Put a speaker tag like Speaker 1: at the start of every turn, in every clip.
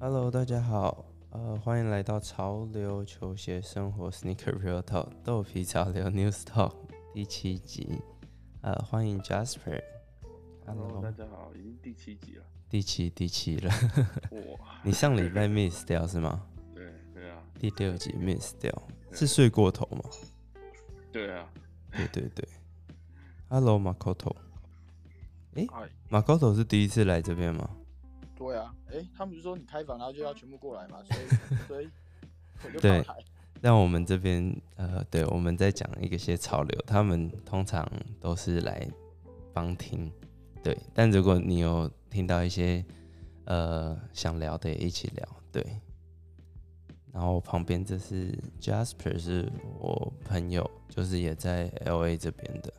Speaker 1: Hello，大家好，呃，欢迎来到潮流球鞋生活 Sneaker Real Talk 豆皮潮流 News Talk 第七集，呃，欢迎 Jasper。
Speaker 2: Hello，大家好，已经第七集了。
Speaker 1: 第七第七了，
Speaker 2: 哇，
Speaker 1: 你上礼拜 miss 掉是吗？
Speaker 2: 对对啊，
Speaker 1: 第六集 miss 掉，是睡过头吗？
Speaker 2: 对啊，
Speaker 1: 对对对。Hello Makoto，
Speaker 3: 哎，
Speaker 1: Makoto 是第一次来这边吗？
Speaker 3: 对啊，哎、他们就说你开房，然后就要全部过来嘛，所以 所以我就
Speaker 1: 对
Speaker 3: 跑来。
Speaker 1: 但我们这边呃，对，我们在讲一些潮流，他们通常都是来帮听，对。但如果你有听到一些呃想聊的，也一起聊，对。然后旁边这是 Jasper，是我朋友，就是也在 L A 这边的，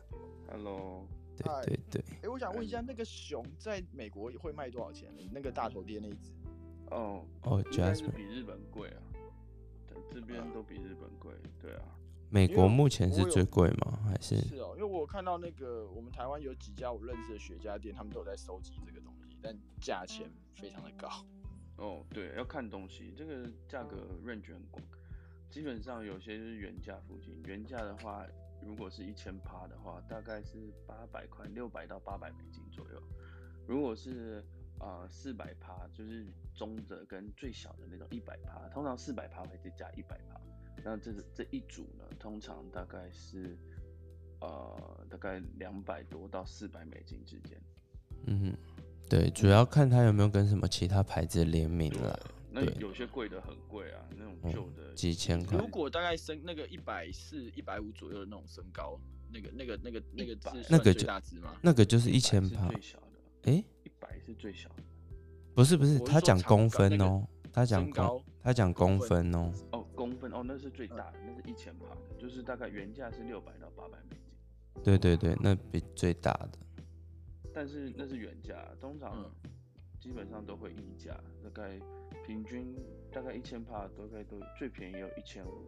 Speaker 2: Hello，
Speaker 1: 对
Speaker 3: 嗨
Speaker 1: 对对。
Speaker 3: 哎、我想问一下，那个熊在美国会卖多少钱？你那个大头爹那一只？
Speaker 2: 哦，
Speaker 1: 哦、
Speaker 2: 应
Speaker 1: j a
Speaker 2: 该
Speaker 1: s
Speaker 2: 是
Speaker 1: p e r
Speaker 2: 比日本贵啊，但这边都比日本贵，对啊，
Speaker 1: 美
Speaker 3: 因为
Speaker 1: 国
Speaker 3: 我
Speaker 1: 目前是
Speaker 3: 我有
Speaker 1: 最贵吗？还是
Speaker 3: 是哦，因为我有看到那个我们台湾有几家我认识的雪茄店，他们都有在收集这个东西，但价钱非常的高。
Speaker 2: 哦对，要看东西，这个价格 range 很广，基本上有些就是原价附近，原价的话，如果是一千趴的话，大概是八百块，六百到八百美金左右，如果是啊四百趴，就是中折跟最小的那种一百趴，通常四百趴会再加一百趴。那这这一组呢，通常大概是呃大概两百多到四百美金之间。
Speaker 1: 嗯，对，主要看他有没有跟什么其他牌子联名啦，
Speaker 2: 那
Speaker 1: 对
Speaker 2: 有些贵的很贵啊，那种
Speaker 1: 嗯
Speaker 2: 旧的
Speaker 1: 几千块
Speaker 3: 如。果大概身那个一百四、一百五左右的那种身高，那个、那个、那个、那个
Speaker 2: 100
Speaker 3: 是
Speaker 1: 那
Speaker 3: 算
Speaker 1: 个
Speaker 3: 最
Speaker 1: 就
Speaker 3: 大只吗？
Speaker 1: 那个就是
Speaker 2: 100
Speaker 1: 一千
Speaker 2: 是
Speaker 1: 趴。
Speaker 2: 最小的，
Speaker 1: 诶，
Speaker 2: 一百是最小的。
Speaker 1: 不是不是，
Speaker 3: 我是
Speaker 1: 他
Speaker 3: 说
Speaker 1: 讲
Speaker 3: 长
Speaker 1: 公
Speaker 3: 高那
Speaker 1: 分
Speaker 3: 个
Speaker 1: 哦，他讲
Speaker 3: 身
Speaker 1: 公
Speaker 3: 高
Speaker 1: 他讲公
Speaker 3: 公
Speaker 1: 分哦，
Speaker 2: 哦，公分哦，那是最大的，那是一千趴的，就是大概原价是六百到八百美金，
Speaker 1: 对对对，那比最大的，
Speaker 2: 但是那是原价，通常
Speaker 3: 嗯
Speaker 2: 基本上都会溢价，大概平均大概一千趴，大概都最便宜有一千五，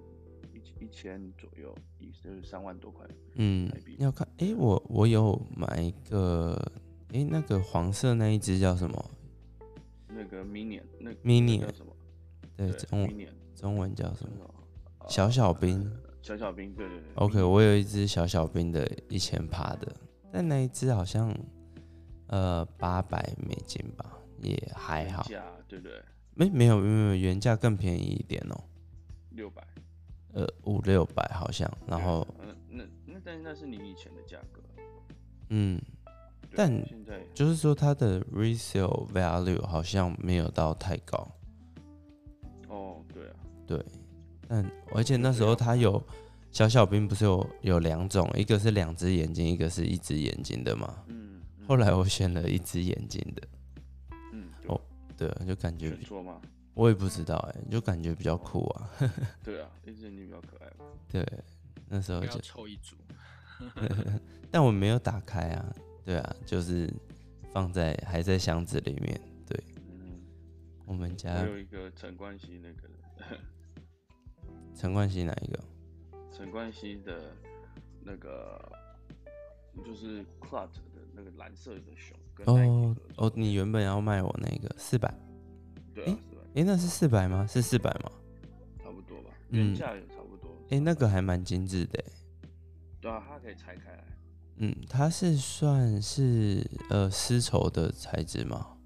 Speaker 2: 一一千左右，一就是三万多块。
Speaker 1: 嗯
Speaker 2: 台币，
Speaker 1: 要看，诶，我我有买一个，诶，那个黄色那一只叫什么？
Speaker 2: 那个 minion 那那
Speaker 1: Minion
Speaker 2: 叫什么？
Speaker 1: 对，中文
Speaker 2: minion
Speaker 1: 中文叫什
Speaker 2: 那
Speaker 1: 么？
Speaker 2: 种呃
Speaker 1: 小小兵。
Speaker 2: 小小兵，对对对。
Speaker 1: OK，我有一只小小兵的一千趴的，但那一只好像呃八百美金吧，也还好，
Speaker 2: 价对不对？
Speaker 1: 没没有没有没有原价更便宜一点哦，
Speaker 2: 六百。
Speaker 1: 呃五六百好像，然后
Speaker 3: 啊
Speaker 2: 嗯，那那但是那是你以前的价格，
Speaker 1: 嗯。
Speaker 2: 对
Speaker 1: 但
Speaker 2: 现在
Speaker 1: 就是说它的 resale value 好像没有到太高，
Speaker 2: 哦，对啊，
Speaker 1: 但而且那时候它有小小兵不是有有两种，一个是两只眼睛，一个是一只眼睛的嘛。
Speaker 2: 嗯，嗯
Speaker 1: 后来我选了一只眼睛的，
Speaker 2: 嗯，
Speaker 1: 哦
Speaker 2: 哦，
Speaker 1: 对，就感觉
Speaker 2: 选
Speaker 1: 比
Speaker 2: 错吗？
Speaker 1: 我也不知道哎、就感觉比较酷啊。
Speaker 2: 对啊，一只你比较可爱嘛，
Speaker 1: 对，那时候
Speaker 3: 不要
Speaker 1: 就，
Speaker 3: 凑一组。
Speaker 1: 但我没有打开啊。对啊，就是放在还在箱子里面。
Speaker 2: 嗯，
Speaker 1: 我们家
Speaker 2: 还有一个陈冠希那个
Speaker 1: 陈冠希哪一个？
Speaker 2: 陈冠希的那个就是 Clut 的那个蓝色的熊跟 Nike
Speaker 1: 哦
Speaker 2: 合作
Speaker 1: 哦，你原本要卖我那个四百，
Speaker 2: 对
Speaker 1: 诶
Speaker 2: 啊，是吧？
Speaker 1: 诶，那是四百吗？是四百吗？
Speaker 2: 差不多吧，
Speaker 1: 嗯
Speaker 2: 原价也差不多。
Speaker 1: 诶，那个还蛮精致的欸。
Speaker 2: 对啊，它可以拆开来，
Speaker 1: 嗯，它是算是呃丝绸的材质吗？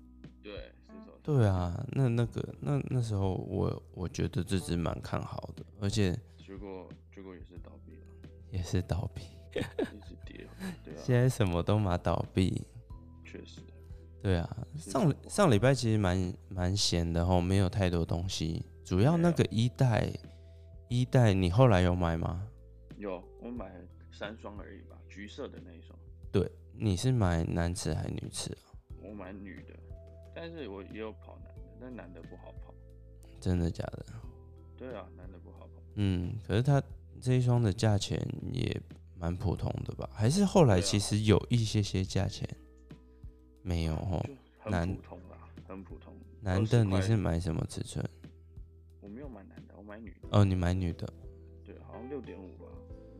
Speaker 2: 对，是手套
Speaker 1: 对啊，那那个那那时候我我觉得这只蛮看好的，而且
Speaker 2: 结果结果也是倒闭 了，
Speaker 1: 也是倒闭，
Speaker 2: 一直跌，对啊，
Speaker 1: 现在什么都马倒闭。
Speaker 2: 确实，
Speaker 1: 对啊，上上礼拜其实蛮蛮闲的吼，没有太多东西，主要那个一代一代你后来有买吗？
Speaker 2: 有，我买了三双而已吧，橘色的那一双，
Speaker 1: 对，你是买男尺还是女尺啊？
Speaker 2: 我买女的，但是我也有跑男的，但男的不好跑。
Speaker 1: 真的假的？
Speaker 2: 对啊，男的不好跑。
Speaker 1: 嗯，可是它这一双的价钱也蛮普通的吧？还是后来
Speaker 2: 对啊
Speaker 1: 其实有一些些价钱没有哦。
Speaker 2: 就很
Speaker 1: 男
Speaker 2: 普通啦，很普通。
Speaker 1: 男的
Speaker 2: 20
Speaker 1: 你
Speaker 2: 块
Speaker 1: 是？买什么尺寸？
Speaker 2: 我没有买男的，我买女的。
Speaker 1: 哦，你买女的，
Speaker 2: 对，啊好像六点五吧，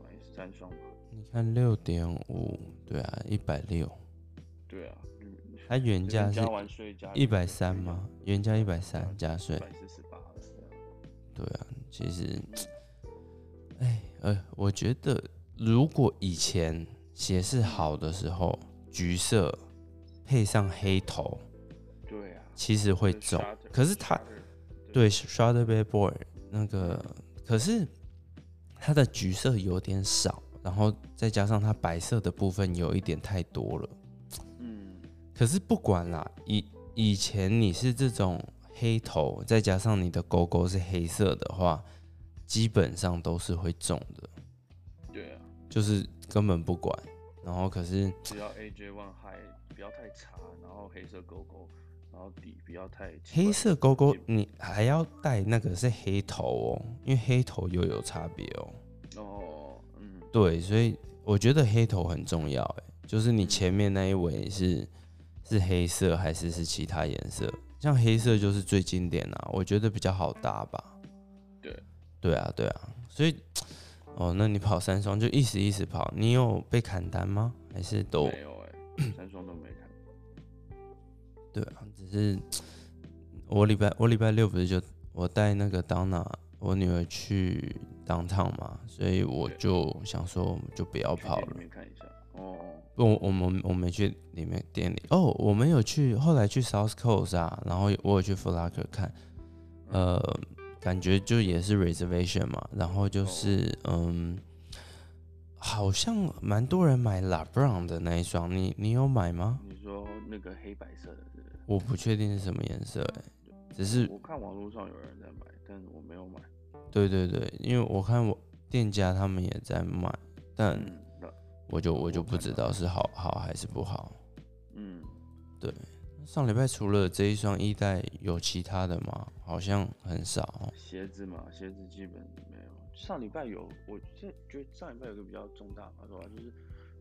Speaker 2: 买三双吧。
Speaker 1: 你看六点五，对啊，一百六，
Speaker 2: 对啊，嗯
Speaker 1: 它原价是
Speaker 2: 加完税加
Speaker 1: 一百三吗？原价一百三加税
Speaker 2: 嗯一，百四十八，
Speaker 1: 对啊，其实，哎，呃，我觉得如果以前鞋是好的时候，橘色配上黑头，
Speaker 2: 对啊，
Speaker 1: 其实会
Speaker 2: 就是
Speaker 1: 中
Speaker 2: Shutter，。
Speaker 1: 可是它
Speaker 2: Shutter，
Speaker 1: 对 s h u t t e r b a y Boy 那个，可是它的橘色有点少，然后再加上它白色的部分有一点太多了。
Speaker 2: 嗯，
Speaker 1: 可是不管啦，以以前你是这种黑头，再加上你的勾勾是黑色的话，基本上都是会中的，
Speaker 2: 对啊，
Speaker 1: 就是根本不管。然后可是
Speaker 2: 只要 AJ One High 不要太差，然后黑色勾勾，然后底不要太奇怪
Speaker 1: 黑色勾勾
Speaker 2: 基本
Speaker 1: 你还要带那个是黑头哦，因为黑头又有差别哦。
Speaker 2: 哦，嗯，
Speaker 1: 对，所以我觉得黑头很重要，哎，就是你前面那一围是是黑色还是是其他颜色？像黑色就是最经典啦、我觉得比较好搭吧。
Speaker 2: 对，
Speaker 1: 对啊，对啊，所以哦，那你跑三双就一时一时跑，你有被砍单吗？还是都嗯
Speaker 2: 没有哎、三双都没看。
Speaker 1: 对啊，只是我礼拜我礼拜六不是就我带那个 Donna 我女儿去 downtown 嘛，所以我
Speaker 2: 对
Speaker 1: 就想说就不要
Speaker 2: 去
Speaker 1: 跑
Speaker 2: 店
Speaker 1: 了
Speaker 2: 里。面看一下。哦，
Speaker 1: 不，我们我们去里面店里哦，我们有去，后来去 South Coast 啊，然后我有去弗拉克看，呃，感觉就也是 reservation 嘛，然后就是、嗯，好像蛮多人买 LeBron 的那一双，你你有买吗？
Speaker 2: 你说那个黑白色的是不是？
Speaker 1: 我不确定是什么颜色、欸，只是
Speaker 2: 我看网络上有人在买，但我没有买。
Speaker 1: 对对对，因为我看我店家他们也在卖，但
Speaker 2: 嗯，那
Speaker 1: 我就我就
Speaker 2: 我
Speaker 1: 不
Speaker 2: 看
Speaker 1: 知
Speaker 2: 到
Speaker 1: 道是好好还是不好。
Speaker 2: 嗯，
Speaker 1: 上礼拜除了这一双一代，有其他的吗？好像很少哦。
Speaker 2: 鞋子嘛，鞋子基本没有。上礼拜有，我现觉得上礼拜有个比较重大发说法，就是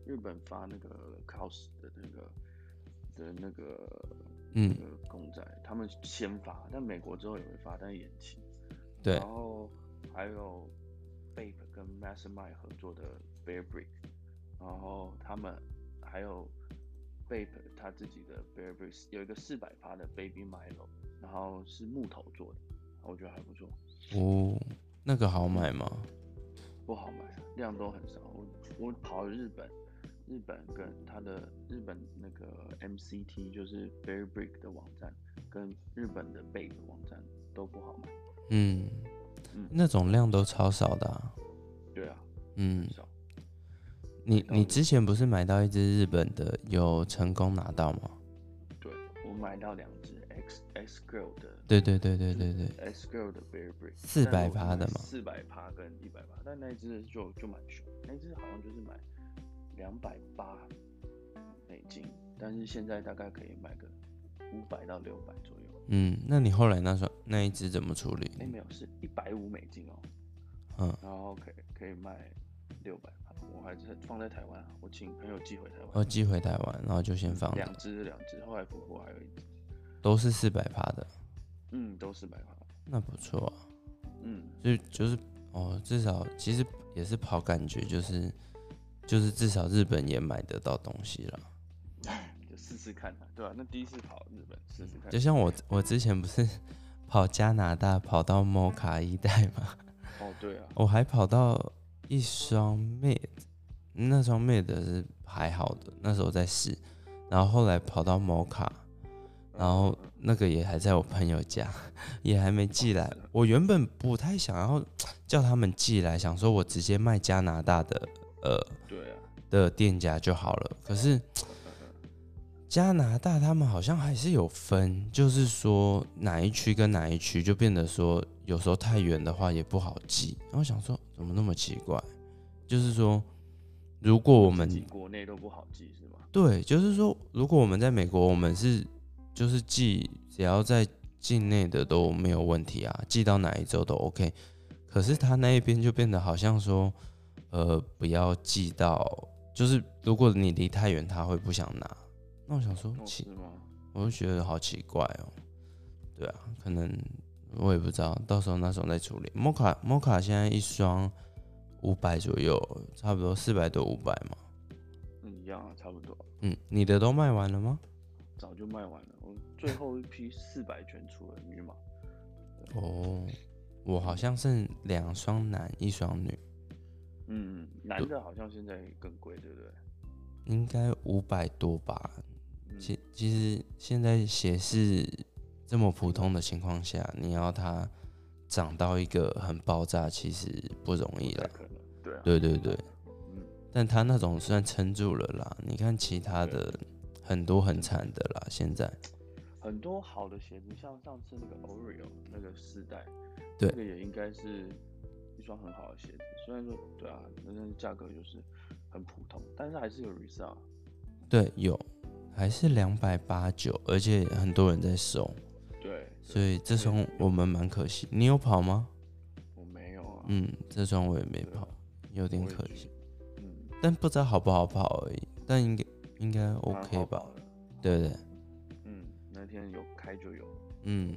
Speaker 2: 日本发那个 COS 的那个的那个
Speaker 1: 嗯
Speaker 2: 那，个公仔，他们先发，但美国之后也会发，但是延期。
Speaker 1: 对
Speaker 2: 然，后还有 Bape 跟 Mastermind 合作的 Bear Brick，然后他们还有 Bape 他自己的 Bear Brick 有一个四百趴的 Baby Milo，然后是木头做的，我觉得还不错，
Speaker 1: 哦，那个好买吗？
Speaker 2: 不好买，量都很少。我我跑了日本，日本跟他的日本那个 MCT 就是 Bear Brick 的网站跟日本的 Bape 网站都不好买。
Speaker 1: 嗯
Speaker 2: 嗯，
Speaker 1: 那种量都超少的、啊。
Speaker 2: 对啊，
Speaker 1: 嗯
Speaker 2: 很，少。
Speaker 1: 你
Speaker 2: 到
Speaker 1: 你
Speaker 2: 日
Speaker 1: 之前不是买到一只日本的，有成功拿到吗？
Speaker 2: 对我买到两只 X X Girl 的
Speaker 1: 对对对对对对，
Speaker 2: S Girl 的 Bear Brick
Speaker 1: 400趴的嘛
Speaker 2: 四百趴跟一百趴，但那一只就就蛮凶，那一只好像就是买两百八美金，但是现在大概可以买个五百到六百左右。
Speaker 1: 嗯，那你后来那双那一只怎么处理
Speaker 2: 哎、？没有，是一百五美金哦，
Speaker 1: 嗯，
Speaker 2: 然后可以可以卖六百趴，我还是放在台湾啊，我请朋友寄回台湾。
Speaker 1: 哦，寄回台湾，然后就先放
Speaker 2: 两
Speaker 1: 着，
Speaker 2: 只两只，后来婆婆还有一只，
Speaker 1: 都是四百帕的，
Speaker 2: 嗯，都四百趴，
Speaker 1: 那不错啊。
Speaker 2: 嗯，
Speaker 1: 就就是哦，至少其实也是跑感觉，就是就是至少日本也买得到东西了。
Speaker 2: 就试试看啊，对吧、那第一次跑日本，试试看
Speaker 1: 就。像我我之前不是 跑加拿大跑到 Mocha 一代嘛，
Speaker 2: 哦，对啊，
Speaker 1: 我还跑到一双 Mid，那双 Mid 是还好的，那时候在试，然后后来跑到 Mocha，然后那个也还在我朋友家，也还没寄来。我原本不太想要叫他们寄来，想说我直接卖加拿大的呃
Speaker 2: 对啊，
Speaker 1: 的店家就好了。可是加拿大他们好像还是有分，就是说哪一区跟哪一区，就变得说有时候太远的话也不好记。然后想说怎么那么奇怪，就是说如果我们
Speaker 2: 自己国内都不好记是吗？
Speaker 1: 对，就是说如果我们在美国，我们是就是寄只要在境内的都没有问题啊，寄到哪一州都 OK。可是他那一边就变得好像说，呃，不要寄到，就是如果你离太远，他会不想拿。那我想说
Speaker 2: 哦，是
Speaker 1: 奇，
Speaker 2: 吗？
Speaker 1: 我就觉得好奇怪哦。对啊，可能我也不知道，到时候那时候再处理。摩卡摩卡现在一双五百左右，差不多四百多五百嘛。
Speaker 2: 嗯，一样啊，差不多。
Speaker 1: 嗯，你的都卖完了吗？
Speaker 2: 早就卖完了。我最后一批四百全出了女码，
Speaker 1: 哦，我好像剩两双男一双女，
Speaker 2: 嗯，男的好像现在更贵，对不对？
Speaker 1: 应该五百多吧。
Speaker 2: 嗯
Speaker 1: 其其实现在鞋是这么普通的情况下，你要它涨到一个很爆炸，其实不容易
Speaker 2: 不太
Speaker 1: 啦。
Speaker 2: 可能，对啊，
Speaker 1: 对对对，
Speaker 2: 嗯，
Speaker 1: 但他那种算撑住了啦。你看其他的很多很惨的啦，现在
Speaker 2: 很多好的鞋子，像上次那个 Oreo 那个四代，
Speaker 1: 对
Speaker 2: 那个也应该是一双很好的鞋子。虽然说对啊，那那价格就是很普通，但是还是有 resale。
Speaker 1: 对有还是两百八九，而且很多人在收，
Speaker 2: 对，
Speaker 1: 所以这双我们蛮可惜。你有跑吗？
Speaker 2: 我没有啊，
Speaker 1: 嗯，这双我也没
Speaker 2: 对啊
Speaker 1: 跑，有点
Speaker 2: 我也
Speaker 1: 可
Speaker 2: 觉
Speaker 1: 惜，
Speaker 2: 嗯
Speaker 1: 但不知道好不好跑而已。但应该应该
Speaker 2: 蛮
Speaker 1: OK
Speaker 2: 好
Speaker 1: 吧？
Speaker 2: 跑的
Speaker 1: 对不对？
Speaker 2: 嗯，那天有开就有，
Speaker 1: 嗯，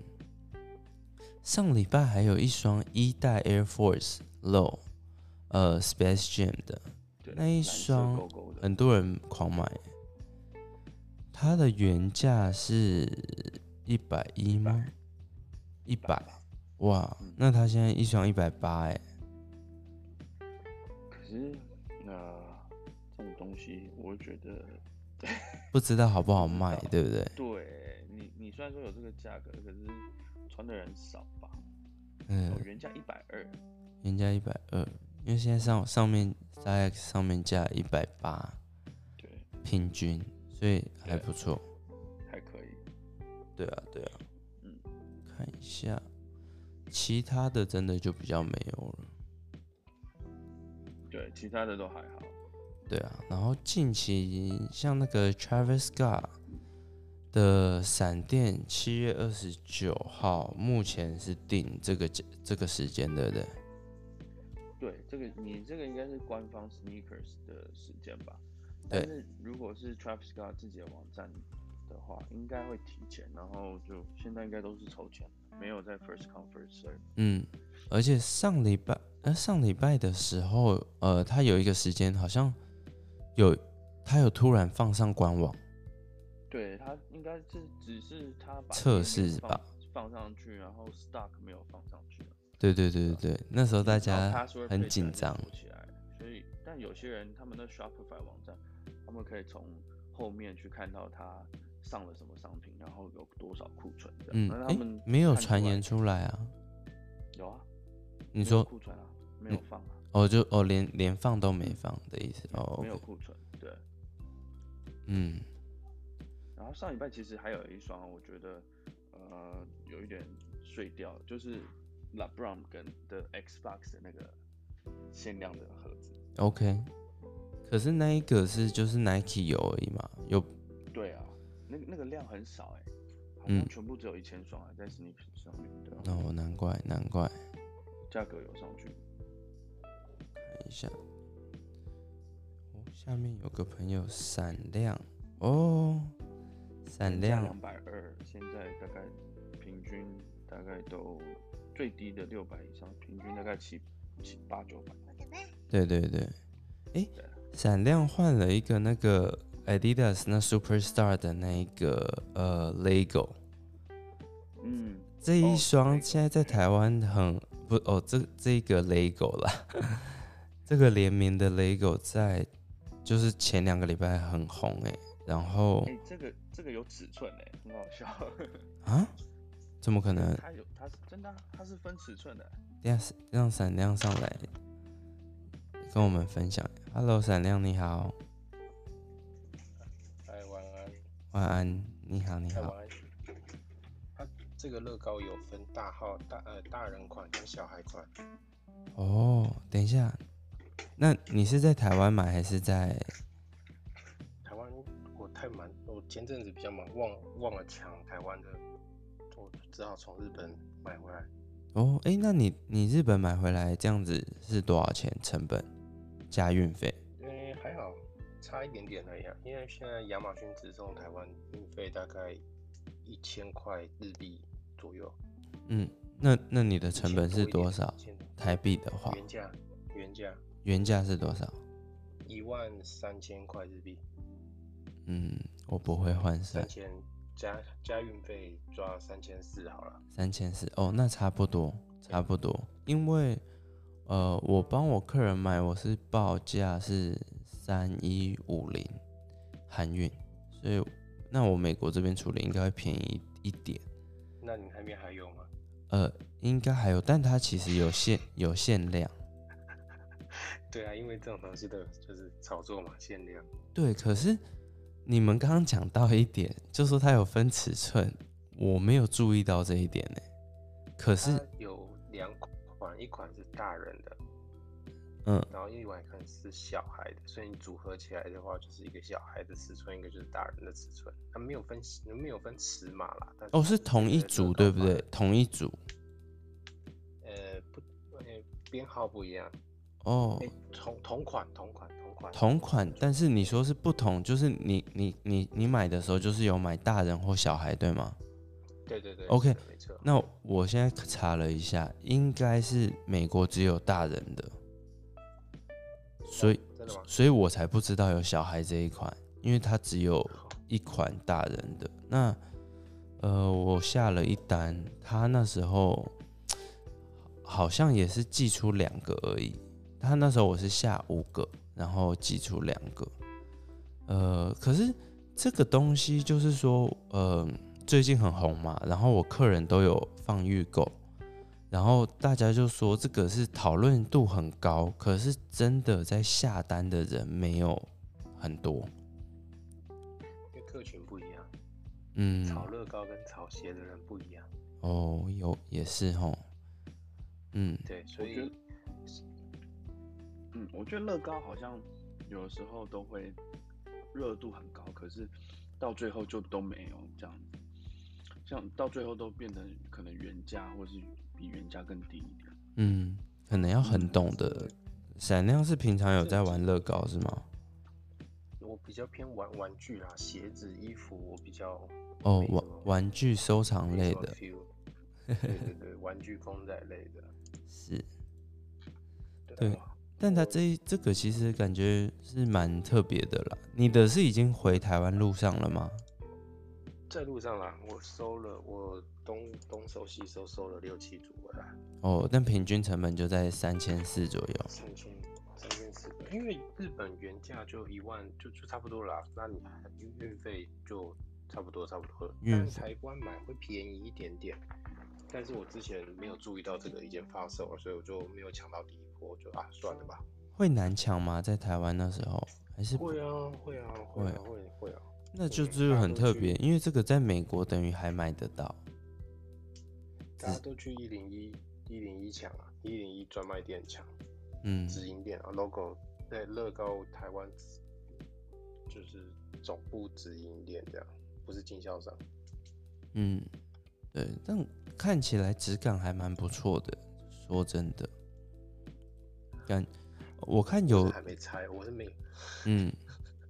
Speaker 1: 上礼拜还有一双一代 Air Force Low，呃，Space Jam 的，
Speaker 2: 对，
Speaker 1: 那一
Speaker 2: 蓝色
Speaker 1: 双
Speaker 2: 勾勾的，
Speaker 1: 很多人狂买。它的原价是一百一吗？一百，哇！那它现在一双一百八，哎，
Speaker 2: 可是那、这种东西，我觉得
Speaker 1: 不知道好不好卖，对不对？
Speaker 2: 对你，你虽然说有这个价格，可是穿的人少吧？
Speaker 1: 嗯
Speaker 2: 哦，，原价一百二，
Speaker 1: 原价一百二，因为现在上上面 s X 上面价一百八
Speaker 2: 对，
Speaker 1: 平均，所以还
Speaker 2: 对
Speaker 1: 不错。
Speaker 2: 还可以。
Speaker 1: 啊对啊，对啊，
Speaker 2: 嗯
Speaker 1: 看一下，其他的真的就比较没有了。
Speaker 2: 对，其他的都还好。
Speaker 1: 对啊，然后近期像那个 Travis Scott 的闪电，七月二十九号，目前是定这个价这个时间，对不对？
Speaker 2: 对，这个你这个应该是官方 sneakers 的时间吧？
Speaker 1: 对
Speaker 2: 但是如果是 Travis Scott 自己的网站的话，应该会提前，然后就现在应该都是抽签，没有在 first come first serve。
Speaker 1: 嗯，而且上礼拜，呃，上礼拜的时候，呃，他有一个时间好像有，他有突然放上官网，
Speaker 2: 对他应该是只是他把
Speaker 1: 测
Speaker 2: 页面
Speaker 1: 试
Speaker 2: 放
Speaker 1: 吧
Speaker 2: 放上去，然后 stock 没有放上去。
Speaker 1: 对对对对对，那时候大家哦很紧张，
Speaker 2: 起来，所以但有些人他们的 Shopify 网站，他们可以从后面去看到他上了什么商品，然后有多少库存这样。
Speaker 1: 嗯，
Speaker 2: 那他
Speaker 1: 诶，
Speaker 2: 们
Speaker 1: 没有
Speaker 2: 看出来
Speaker 1: 传言出来啊？
Speaker 2: 有啊？
Speaker 1: 你
Speaker 2: 没有
Speaker 1: 说
Speaker 2: 库存啊？没有放啊？
Speaker 1: 哦，就哦，连连放都没放的意思哦。
Speaker 2: 没有
Speaker 1: OK
Speaker 2: 库存。对。
Speaker 1: 嗯，
Speaker 2: 然后上礼拜其实还有一双，我觉得呃有一点碎掉，就是 LeBron 跟的 Xbox 的那个限量的盒子。
Speaker 1: OK，可是那一个是就是 Nike 有而已嘛，有
Speaker 2: 对啊，那个那个量很少哎、好
Speaker 1: 嗯
Speaker 2: 像全部只有一千双啊，在 sneakers 上面，对啊，
Speaker 1: 哦，难怪难怪，
Speaker 2: 价格有上去，
Speaker 1: 看一下，哦，下面有个朋友闪亮哦，闪亮
Speaker 2: 两百二，现在大概平均大概都最低的六百以上，平均大概七七八九百，
Speaker 1: 对对对，诶，
Speaker 2: 对啊
Speaker 1: 闪亮换了一个那个 Adidas 那 Superstar 的那一个呃 Lego，
Speaker 2: 嗯，
Speaker 1: 这一
Speaker 2: 哦
Speaker 1: 双
Speaker 2: ，Lego
Speaker 1: 现在在台湾很不哦，这这个 LEGO 啦， 这个联名的 LEGO 在就是前两个礼拜很红哎、然后
Speaker 2: 哎、这个这个有尺寸哎、很好笑，
Speaker 1: 啊，怎么可能
Speaker 2: 它有它是真的啊、它是分尺寸的、
Speaker 1: 让让闪亮上来跟我们分享？Hello，闪亮你好，
Speaker 4: 哎，晚安，
Speaker 1: 晚安，你好你
Speaker 4: 哎，
Speaker 1: 好，
Speaker 4: 晚安。它这个乐高有分大号、大呃大人款跟小孩款，
Speaker 1: 哦，等一下，那你是在台湾买还是在
Speaker 4: 台湾我太忙，我前阵子比较忙，忘忘了抢台湾的，我只好从日本买回来。
Speaker 1: 哦，诶，那你你日本买回来这样子是多少钱成本加运费？
Speaker 4: 因为还好，差一点点而已、啊。因为现在亚马逊直送台湾运费大概一千块日币左右，
Speaker 1: 嗯，那那你的
Speaker 4: 一
Speaker 1: 成
Speaker 4: 千
Speaker 1: 本是
Speaker 4: 一点
Speaker 1: 多少？
Speaker 4: 现
Speaker 1: 台币的话，
Speaker 4: 原价原价
Speaker 1: 原价是多少？
Speaker 4: 一万三千块日币，
Speaker 1: 嗯，我不会换
Speaker 4: 三
Speaker 1: 算。
Speaker 4: 千加加运费抓三千四好了，
Speaker 1: 三千四哦，那差不多，差不多，因为呃，我帮我客人买，我是报价是三一五零韩运，所以那我美国这边处理应该会便宜一点，
Speaker 4: 那你那边还有吗？
Speaker 1: 呃，应该还有，但它其实有限有限量，
Speaker 4: 对啊，因为这种东西的就是炒作嘛，限量。
Speaker 1: 对，可是你们刚刚讲到一点，就说它有分尺寸，我没有注意到这一点呢、可是
Speaker 4: 它有两款，一款是大人的，
Speaker 1: 嗯，
Speaker 4: 然后一款可能是小孩的，所以你组合起来的话，就是一个小孩的尺寸，一个就是大人的尺寸。它没有分没有分尺码啦，但
Speaker 1: 哦，
Speaker 4: 就是
Speaker 1: 同一组对不对？？同一组
Speaker 4: 呃，不，呃，编号不一样，
Speaker 1: 哦。
Speaker 4: 哎、同同款，同款，同款，
Speaker 1: 同款，但是你说是不同，就是你你你你买的时候就是有买大人或小孩，对吗？
Speaker 4: 对对对
Speaker 1: OK，
Speaker 4: 是的没错。
Speaker 1: 那我现在查了一下，应该是美国只有大人的，所以
Speaker 4: 真的吗？
Speaker 1: 所以我才不知道有小孩这一款，因为它只有一款大人的。那呃，我下了一单，他那时候好像也是寄出两个而已。他那时候我是下五个，然后寄出两个。呃，可是这个东西就是说，呃，最近很红嘛，然后我客人都有放预购，然后大家就说这个是讨论度很高，可是真的在下单的人没有很多。
Speaker 4: 因为客群不一样，
Speaker 1: 嗯，
Speaker 4: 炒乐高跟炒鞋的人不一样，
Speaker 1: 哦，有也是吼，嗯，
Speaker 4: 对，所
Speaker 2: 觉
Speaker 4: 以
Speaker 2: 得嗯，我觉得乐高好像有的时候都会热度很高，可是到最后就都没有这样子，像到最后都变成可能原价或是比原价更低一点。
Speaker 1: 嗯，可能要很懂
Speaker 4: 是
Speaker 1: 得。闪亮是平常有在玩乐高是吗？
Speaker 4: 我比较偏玩玩具啦，鞋子、衣服我比较
Speaker 1: 哦
Speaker 4: 没，什
Speaker 1: 玩
Speaker 4: 么
Speaker 1: 玩具收藏
Speaker 4: 没
Speaker 1: 类
Speaker 4: 什么
Speaker 1: 的
Speaker 4: feel 对对对，玩具公仔类的，
Speaker 1: 是，
Speaker 4: 对
Speaker 1: 对
Speaker 4: 啊
Speaker 1: 但他这一这个其实感觉是蛮特别的啦。你的是已经回台湾路上了吗？
Speaker 4: 在路上啦，我收了，我东东收西收，收了六七组回来，
Speaker 1: 哦，但平均成本就在三千四左右。
Speaker 4: 三千三千四百，因为日本原价就一万，就就差不多啦，那你还运运费就差不多差不多了，
Speaker 1: 运
Speaker 4: 但
Speaker 1: 费
Speaker 4: 台湾买会便宜一点点，但是我之前没有注意到这个已经发售了，所以我就没有抢到第一波，就啊算了吧。
Speaker 1: 会难抢吗？在台湾那时候还是
Speaker 4: 会啊，会啊，会啊，会会啊。
Speaker 1: 那就
Speaker 4: 嗯
Speaker 1: 就是
Speaker 4: 大家
Speaker 1: 很
Speaker 4: 都
Speaker 1: 特
Speaker 4: 去
Speaker 1: 别，因为这个在美国等于还买得到。
Speaker 4: 大家都去一零一、一零一抢啊，一零一专卖店抢，
Speaker 1: 嗯，
Speaker 4: 直营店啊，logo 在乐高台湾就是总部直营店这样，不是经销商。
Speaker 1: 嗯，对，但看起来质感还蛮不错的。说真的，感我看
Speaker 4: 我
Speaker 1: 有
Speaker 4: 还没拆，我是没
Speaker 1: 嗯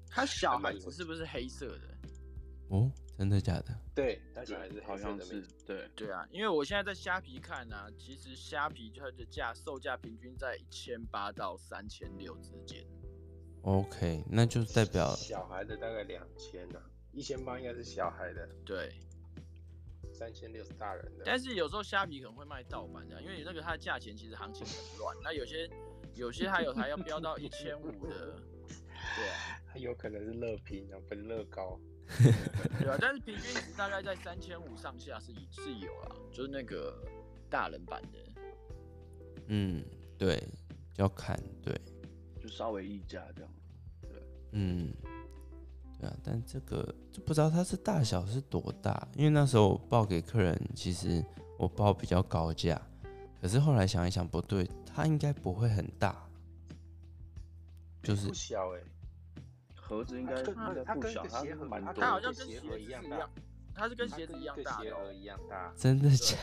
Speaker 3: 他小
Speaker 4: 还蛮
Speaker 3: 孩
Speaker 4: 有
Speaker 3: 子是不是黑色的？
Speaker 1: 哦，真的假的？
Speaker 4: 对，但是
Speaker 2: 对
Speaker 4: 还是
Speaker 2: 好
Speaker 4: 黑色
Speaker 2: 像
Speaker 4: 的
Speaker 2: 是
Speaker 4: 没错
Speaker 2: 对，
Speaker 3: 对啊，因为我现在在虾皮看啊，其实虾皮它的价售价平均在一千八到三千六之间。
Speaker 1: OK，那就代表
Speaker 4: 小孩的大概两千呐，一千八应该是小孩的，
Speaker 3: 对，
Speaker 4: 三千六是大人的。
Speaker 3: 但是有时候虾皮可能会卖盗版的，因为那个它的价钱其实行情很乱，那有些有些还有还要飙到一千五的。对啊，
Speaker 4: 它有可能是乐拼啊，不是乐高。
Speaker 3: 对啊，但是平均值大概在三千五上下是是有啦，就是那个大人版的。
Speaker 1: 嗯，对，要看对，
Speaker 2: 就稍微溢价这样。
Speaker 1: 嗯，对啊，但这个就不知道它是大小是多大，因为那时候我报给客人，其实我报比较高价，可是后来想一想不对，它应该不会很大，就是
Speaker 4: 不小哎、
Speaker 2: 盒子应
Speaker 4: 它
Speaker 2: 该
Speaker 4: 跟
Speaker 2: 应该
Speaker 4: 它
Speaker 2: 不
Speaker 4: 跟
Speaker 2: 小，
Speaker 4: 一个
Speaker 2: 它
Speaker 4: 鞋盒
Speaker 2: 蛮
Speaker 4: 它
Speaker 2: 多
Speaker 3: 它好
Speaker 2: 的。
Speaker 3: 像跟鞋子一样，它是跟鞋子一样大
Speaker 4: 跟
Speaker 3: 的
Speaker 4: 鞋
Speaker 3: 哦、
Speaker 4: 盒一样大，
Speaker 1: 真的假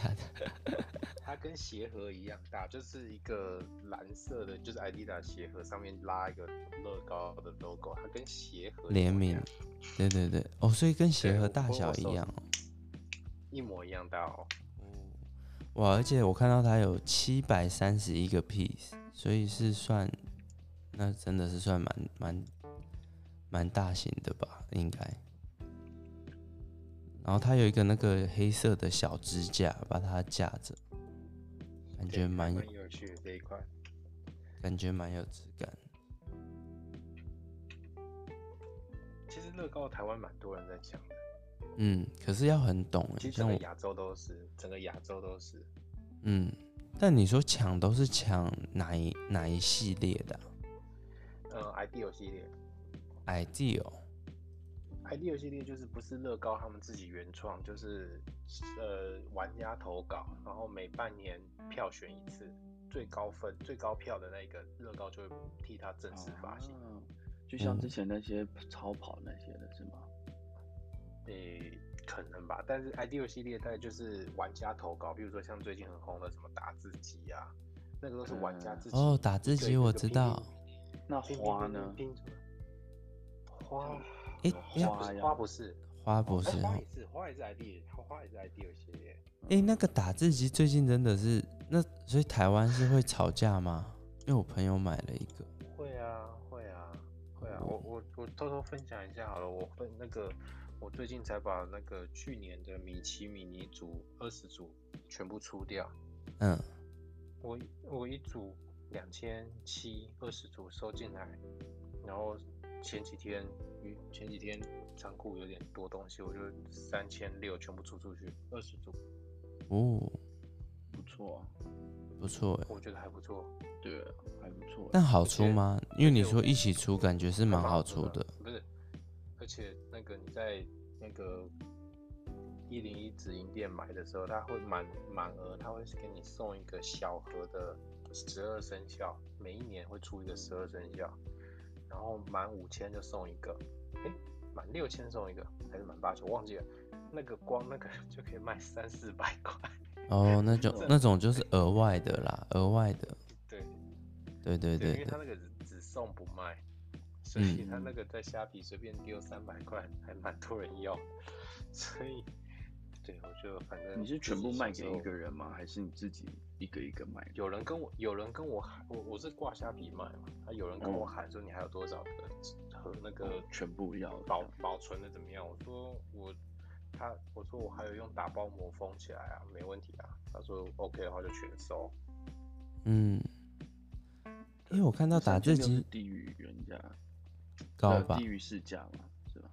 Speaker 1: 的？
Speaker 4: 它跟鞋盒一样大，就是一个蓝色的，就是 Adidas 鞋盒上面拉一个乐高的 logo，它跟鞋盒一模一样
Speaker 1: 联名，对对对，哦，所以跟鞋
Speaker 4: 对
Speaker 1: 盒
Speaker 4: 我
Speaker 1: 大
Speaker 4: 我
Speaker 1: 小
Speaker 4: 我
Speaker 1: 一
Speaker 4: 手
Speaker 1: 样
Speaker 4: 一模一样大哦。
Speaker 1: 哦。哇，而且我看到它有七百三十一个 piece，所以是算，那真的是算蛮蛮蛮大型的吧，应该。然后它有一个那个黑色的小支架把它架着，感觉
Speaker 4: 对
Speaker 1: 蛮有
Speaker 4: 蛮有趣的这一块。
Speaker 1: 感觉蛮有质感。
Speaker 4: 其实乐高台湾蛮多人在抢的，
Speaker 1: 嗯，可是要很懂
Speaker 4: 其
Speaker 1: 欸，
Speaker 4: 实整
Speaker 1: 像
Speaker 4: 个
Speaker 1: 我
Speaker 4: 亚洲都是，整个亚洲都是。
Speaker 1: 嗯，但你说抢都是抢哪一哪一系列的、啊、
Speaker 4: 呃，ideal 系列
Speaker 1: idea？哦
Speaker 4: ，ideal 系列就是不是乐高他们自己原创，就是呃玩家投稿，然后每半年票选一次，最高分、最高票的那个乐高就会替他正式发行。
Speaker 2: 哦就像
Speaker 1: 嗯
Speaker 2: 之前那些超跑那些的是吗？
Speaker 4: 诶、可能吧，但是 ideal 系列大概就是玩家投稿，比如说像最近很红的什么打字机啊，那个都是玩家自己
Speaker 1: 哦，打字
Speaker 4: 对
Speaker 1: 机
Speaker 4: 那
Speaker 1: 我
Speaker 4: 个
Speaker 1: 知
Speaker 4: 拼
Speaker 1: 道，
Speaker 2: 那
Speaker 4: 拼拼拼
Speaker 2: 花
Speaker 4: 拼
Speaker 2: 呢？
Speaker 4: 拼出来啊花
Speaker 1: 诶
Speaker 4: 花
Speaker 1: 要
Speaker 4: 不是
Speaker 2: 呀
Speaker 4: 花不是，
Speaker 1: 花博
Speaker 4: 哦
Speaker 1: 士
Speaker 4: 花
Speaker 1: 哈
Speaker 4: 也。是花也是 idea，花也是 idea 系列。
Speaker 1: 诶，那个打字机最近真的是那，所以台湾是会吵架吗？因为我朋友买了一个，
Speaker 4: 会啊，会啊，会啊！
Speaker 1: 哦
Speaker 4: 我我我偷偷分享一下好了，我分那个，我最近才把那个去年的米奇米妮组二十组全部出掉，
Speaker 1: 嗯，
Speaker 4: 我一我一组两千七二十组收进来，然后前几天与前几天仓库有点多东西，我就三千六全部出出去二十组，
Speaker 1: 哦，
Speaker 2: 不错啊，
Speaker 1: 不错诶。
Speaker 4: 我觉得还不错，
Speaker 2: 对啊，还不错啊。
Speaker 1: 但好出
Speaker 4: 且
Speaker 1: 吗？因为
Speaker 4: 而
Speaker 1: 你
Speaker 4: 且我
Speaker 1: 说一起出，感觉是蛮
Speaker 4: 还
Speaker 1: 好出
Speaker 4: 的
Speaker 1: 的。，
Speaker 4: 不是？而且那个你在那个一零一直营店买的时候，他会满满额，他会给你送一个小盒的十二生肖，每一年会出一个十二生肖，然后满五千就送一个，诶，满六千送一个，还是满八千，我忘记了。那个光那个 就可以卖三四百块，
Speaker 1: 哦，那种
Speaker 4: 这
Speaker 1: 那种就是额外的啦，额外的，
Speaker 4: 对
Speaker 1: 对对
Speaker 4: 对，因
Speaker 1: 对
Speaker 4: 为
Speaker 1: 嗯
Speaker 4: 他
Speaker 1: 对，
Speaker 4: 那个只只送不卖，所以他那个在虾皮随便丢三百块，还蛮多人要， 所以对我就反正
Speaker 2: 欸你是全部卖给一个
Speaker 4: 人，
Speaker 2: 人吗？还是你自己一个一个卖？
Speaker 4: 有人跟我有人跟我喊，我我是挂虾皮卖嘛，他有人跟我
Speaker 2: 嗯
Speaker 4: 喊说你还有多少个和那个
Speaker 2: 哦全部要这
Speaker 4: 保
Speaker 2: 样
Speaker 4: 保存的怎么样？我说我他我说我还有用打包膜封起来啊，没问题啊，他说 OK 的话就全收，
Speaker 1: 嗯，因为我看到打字
Speaker 2: 36是
Speaker 1: 机
Speaker 2: 低于原价，
Speaker 1: 高
Speaker 2: 呃
Speaker 1: 吧
Speaker 2: 低，于市价嘛，是吧？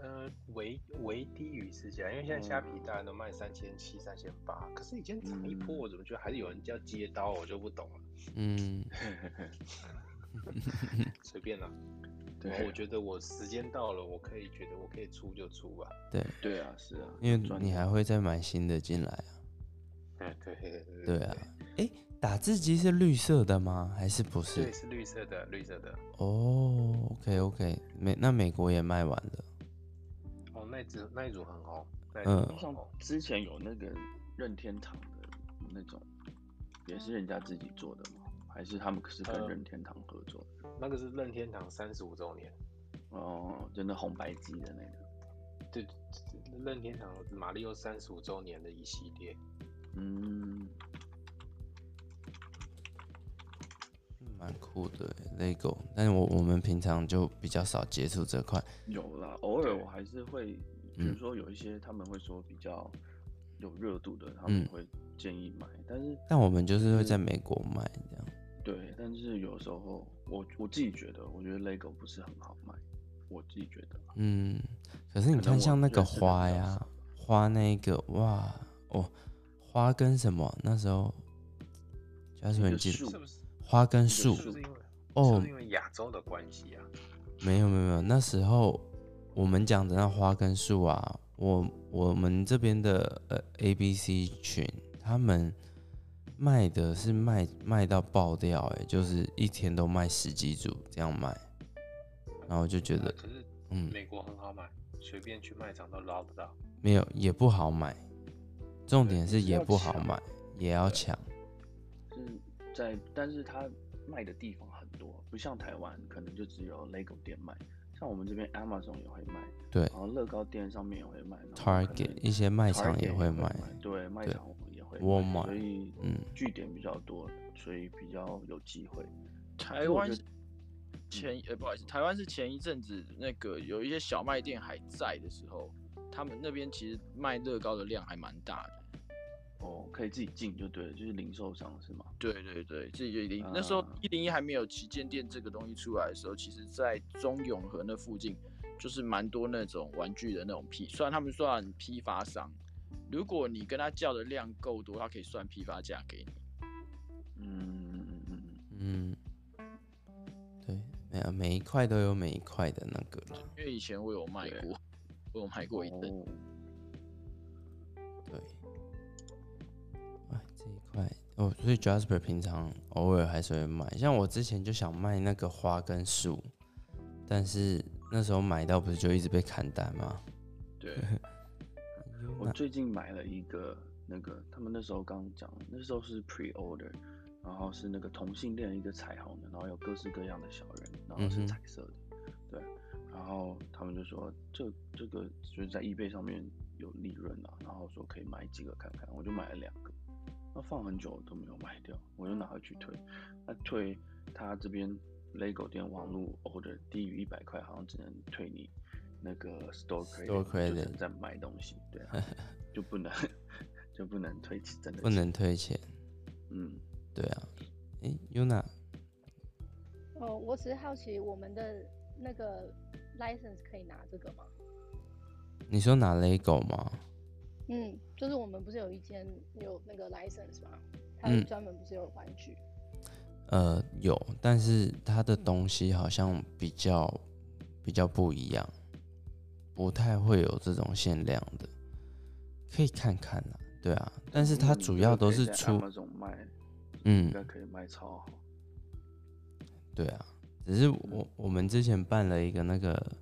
Speaker 4: 呃，为为低于市价，因为现在虾皮大概都卖三千七、三千八，可是以前涨一波，
Speaker 2: 嗯
Speaker 4: 我怎么觉得还是有人叫接刀，我就不懂了，
Speaker 1: 嗯，
Speaker 4: 随便啦。
Speaker 2: 对
Speaker 4: 我
Speaker 2: 啊，
Speaker 4: 觉得我时间到了，我可以觉得我可以出就出吧。
Speaker 1: 对，
Speaker 2: 对啊，是啊，
Speaker 1: 因为
Speaker 2: 赚
Speaker 1: 你
Speaker 2: 钱
Speaker 1: 还会再买新的进来啊，
Speaker 2: 哎
Speaker 4: 嗯，对对
Speaker 1: 对啊，诶，打字机是绿色的吗？还是不是？
Speaker 4: 对是绿色的，绿色的。
Speaker 1: 哦，OK OK，美那美国也卖完了，
Speaker 4: 哦，那一组那一组很红，那一
Speaker 1: 嗯
Speaker 4: 组很
Speaker 2: 像
Speaker 4: 红。
Speaker 2: 之前有那个任天堂的那种，也是人家自己做的吗？还是他们是跟
Speaker 4: 呃
Speaker 2: 任天堂合作的？
Speaker 4: 那个是任天堂三十五周年，
Speaker 2: 哦，真的红白机的那个，
Speaker 4: 对，任天堂马里奥三十五周年的一系列。
Speaker 2: 嗯，
Speaker 1: 蛮酷的欸 LEGO，但是我我们平常就比较少接触这块，
Speaker 2: 有啦，偶尔
Speaker 4: 对
Speaker 2: 我还是会，比
Speaker 1: 嗯
Speaker 2: 如说有一些他们会说比较有热度的，他们
Speaker 1: 嗯
Speaker 2: 会建议买，但是
Speaker 1: 但我们就是会在
Speaker 2: 嗯
Speaker 1: 美国卖这样，
Speaker 2: 对，但是有时候我我自己觉得，我觉得 LEGO 不是很好卖，我自己觉得啦。
Speaker 1: 嗯，可是你
Speaker 2: 可
Speaker 1: 看
Speaker 2: 能
Speaker 1: 像
Speaker 2: 我
Speaker 1: 那个
Speaker 2: 认识的
Speaker 1: 花
Speaker 2: 比较
Speaker 1: 呀
Speaker 2: 少，
Speaker 1: 花那个哇哦，花跟什么？那时候家属
Speaker 2: 一
Speaker 1: 很
Speaker 2: 个
Speaker 1: 记
Speaker 2: 树
Speaker 1: 得
Speaker 4: 是不是？
Speaker 1: 花跟
Speaker 2: 一个
Speaker 1: 树
Speaker 4: 是不是因为？是
Speaker 1: 哦
Speaker 4: 不是，因为亚洲的关系啊？
Speaker 1: 没有没有没有，那时候我们讲的那花跟树啊，我我们这边的呃 A B C 群，他们卖的是卖卖到爆掉、欸，哎，就是一天都卖十几组这样卖，然后我就觉
Speaker 4: 啊
Speaker 1: 得
Speaker 4: 可是
Speaker 1: 嗯
Speaker 4: 美国很好买，随便去卖场都捞得到。
Speaker 1: 没有也不好买，重
Speaker 4: 对
Speaker 1: 点
Speaker 4: 就是
Speaker 1: 也
Speaker 4: 要
Speaker 1: 不好
Speaker 4: 抢
Speaker 1: 买，也要抢。
Speaker 2: 是在，但是它卖的地方很多，不像台湾可能就只有 LEGO 店卖，像我们这边 Amazon 也会卖，
Speaker 1: 对
Speaker 2: 然后乐高店上面也会卖然后可
Speaker 1: ，Target
Speaker 2: 能
Speaker 1: 一些卖场
Speaker 2: Target
Speaker 1: 也会卖。
Speaker 2: 对，卖
Speaker 1: 对
Speaker 2: 场也会卖
Speaker 1: Walmart，
Speaker 2: 所以
Speaker 1: 嗯
Speaker 2: 据点比较多，所以比较有机会。
Speaker 3: 台湾是前呃不好意思，台湾是前一阵子那个有一些小卖店还在的时候，他们那边其实卖乐高的量还蛮大的。
Speaker 2: 哦，可以自己进就对了，就是零售商是吗？
Speaker 3: 对对对，自己就一零、那时候
Speaker 2: 啊
Speaker 3: 一零一还没有旗舰店这个东西出来的时候，其实在中永和那附近就是蛮多那种玩具的那种批，虽然他们算批发商，如果你跟他叫的量够多，他可以算批发价给你。
Speaker 2: 嗯嗯嗯嗯嗯，
Speaker 1: 嗯，对，每啊每一块都有每一块的那个啦，
Speaker 3: 因为以前我有卖
Speaker 2: 对
Speaker 3: 过，我有卖过一阵。
Speaker 2: 哦，
Speaker 1: 对。哎，这一块哦，所以 Jasper 平常偶尔还是会买，像我之前就想卖那个花跟树，但是那时候买到不是就一直被砍单吗？
Speaker 3: 对，
Speaker 2: 我最近买了一个那个，他们那时候刚讲，那时候是 pre order，然后是那个同性恋一个彩虹的，然后有各式各样的小人，然后
Speaker 1: 嗯
Speaker 2: 是
Speaker 1: 哼
Speaker 2: 彩色的，对，然后他们就说这这个就是在 eBay 上面有利润啊，然后说可以买几个看看，我就买了两个，那放很久都没有卖掉，我又拿回去退，那退他这边 LEGO 店网络 order 低于一百块，好像只能退你那个 store credit，,
Speaker 1: Store
Speaker 2: 就
Speaker 1: credit
Speaker 2: 是在买东西，对啊，就不能就不能退起真的
Speaker 1: 不
Speaker 2: 钱，
Speaker 1: 能退钱，
Speaker 2: 嗯，
Speaker 1: 对啊。哎，Yuna，
Speaker 5: 哦，我只是好奇我们的那个 license 可以拿这个吗？
Speaker 1: 你说拿 LEGO 吗？
Speaker 5: 嗯，就是我们不是有一间有那个 license 吗？它
Speaker 1: 嗯
Speaker 5: 专门不是有玩具？
Speaker 1: 呃，有，但是它的东西好像比较比较不一样，不太会有这种限量的，可以看看啦。对啊，但是它
Speaker 2: 嗯
Speaker 1: 主
Speaker 2: 这个
Speaker 1: 要都
Speaker 2: 可以
Speaker 1: 是
Speaker 2: 在
Speaker 1: 出，
Speaker 2: Amazon 卖，应
Speaker 1: 嗯，
Speaker 2: 该可以卖超好，
Speaker 1: 对啊，只是我我们之前办了一个那个，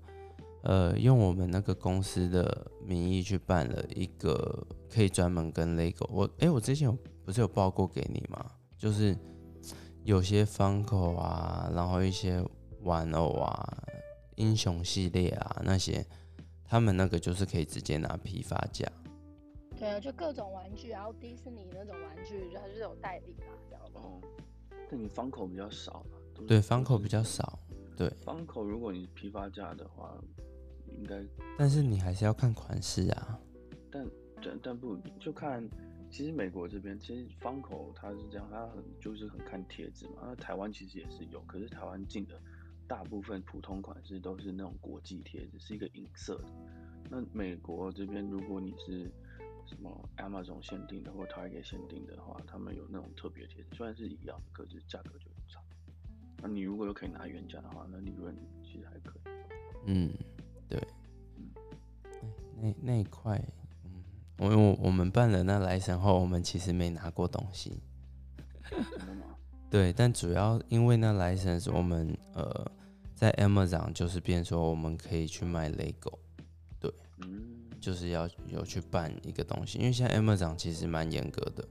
Speaker 1: 呃，用我们那个公司的名义去办了一个，可以专门跟 LEGO 我诶，我之前有不是有报过给你吗？就是有些 Funko 啊，然后一些玩偶啊、英雄系列啊那些，他们那个就是可以直接拿批发价。
Speaker 5: 对啊，就各种玩具，然后迪士尼那种玩具，它就是有代理啦，这样子。
Speaker 2: 哦，但你方口比较少嘛，都是
Speaker 1: 对，Funko 比较，少，
Speaker 2: 方口如果你批发价的话，应该
Speaker 1: 但是你还是要看款式啊。
Speaker 2: 但但但不就看，其实美国这边其实方口它是这样，它很就是很看贴纸嘛。那台湾其实也是有，可是台湾进的大部分普通款式都是那种国际贴纸，是一个银色的。那美国这边如果你是什么 Amazon 限定的或 Target 限定的话，他们有那种特别贴纸，虽然是一样，可是价格就有差。那你如果又可以拿原价的话，那利润其实还可以。
Speaker 1: 嗯，对，那那一块，嗯，我我我们办了那来神后，我们其实没拿过东西，
Speaker 2: 真的吗？
Speaker 1: 对，但主要因为那 license，我们呃在 Amazon 就是变说我们可以去卖 LEGO，
Speaker 2: 嗯，
Speaker 1: 就是要有去办一个东西，因为现在 Amazon 其实蛮严格的，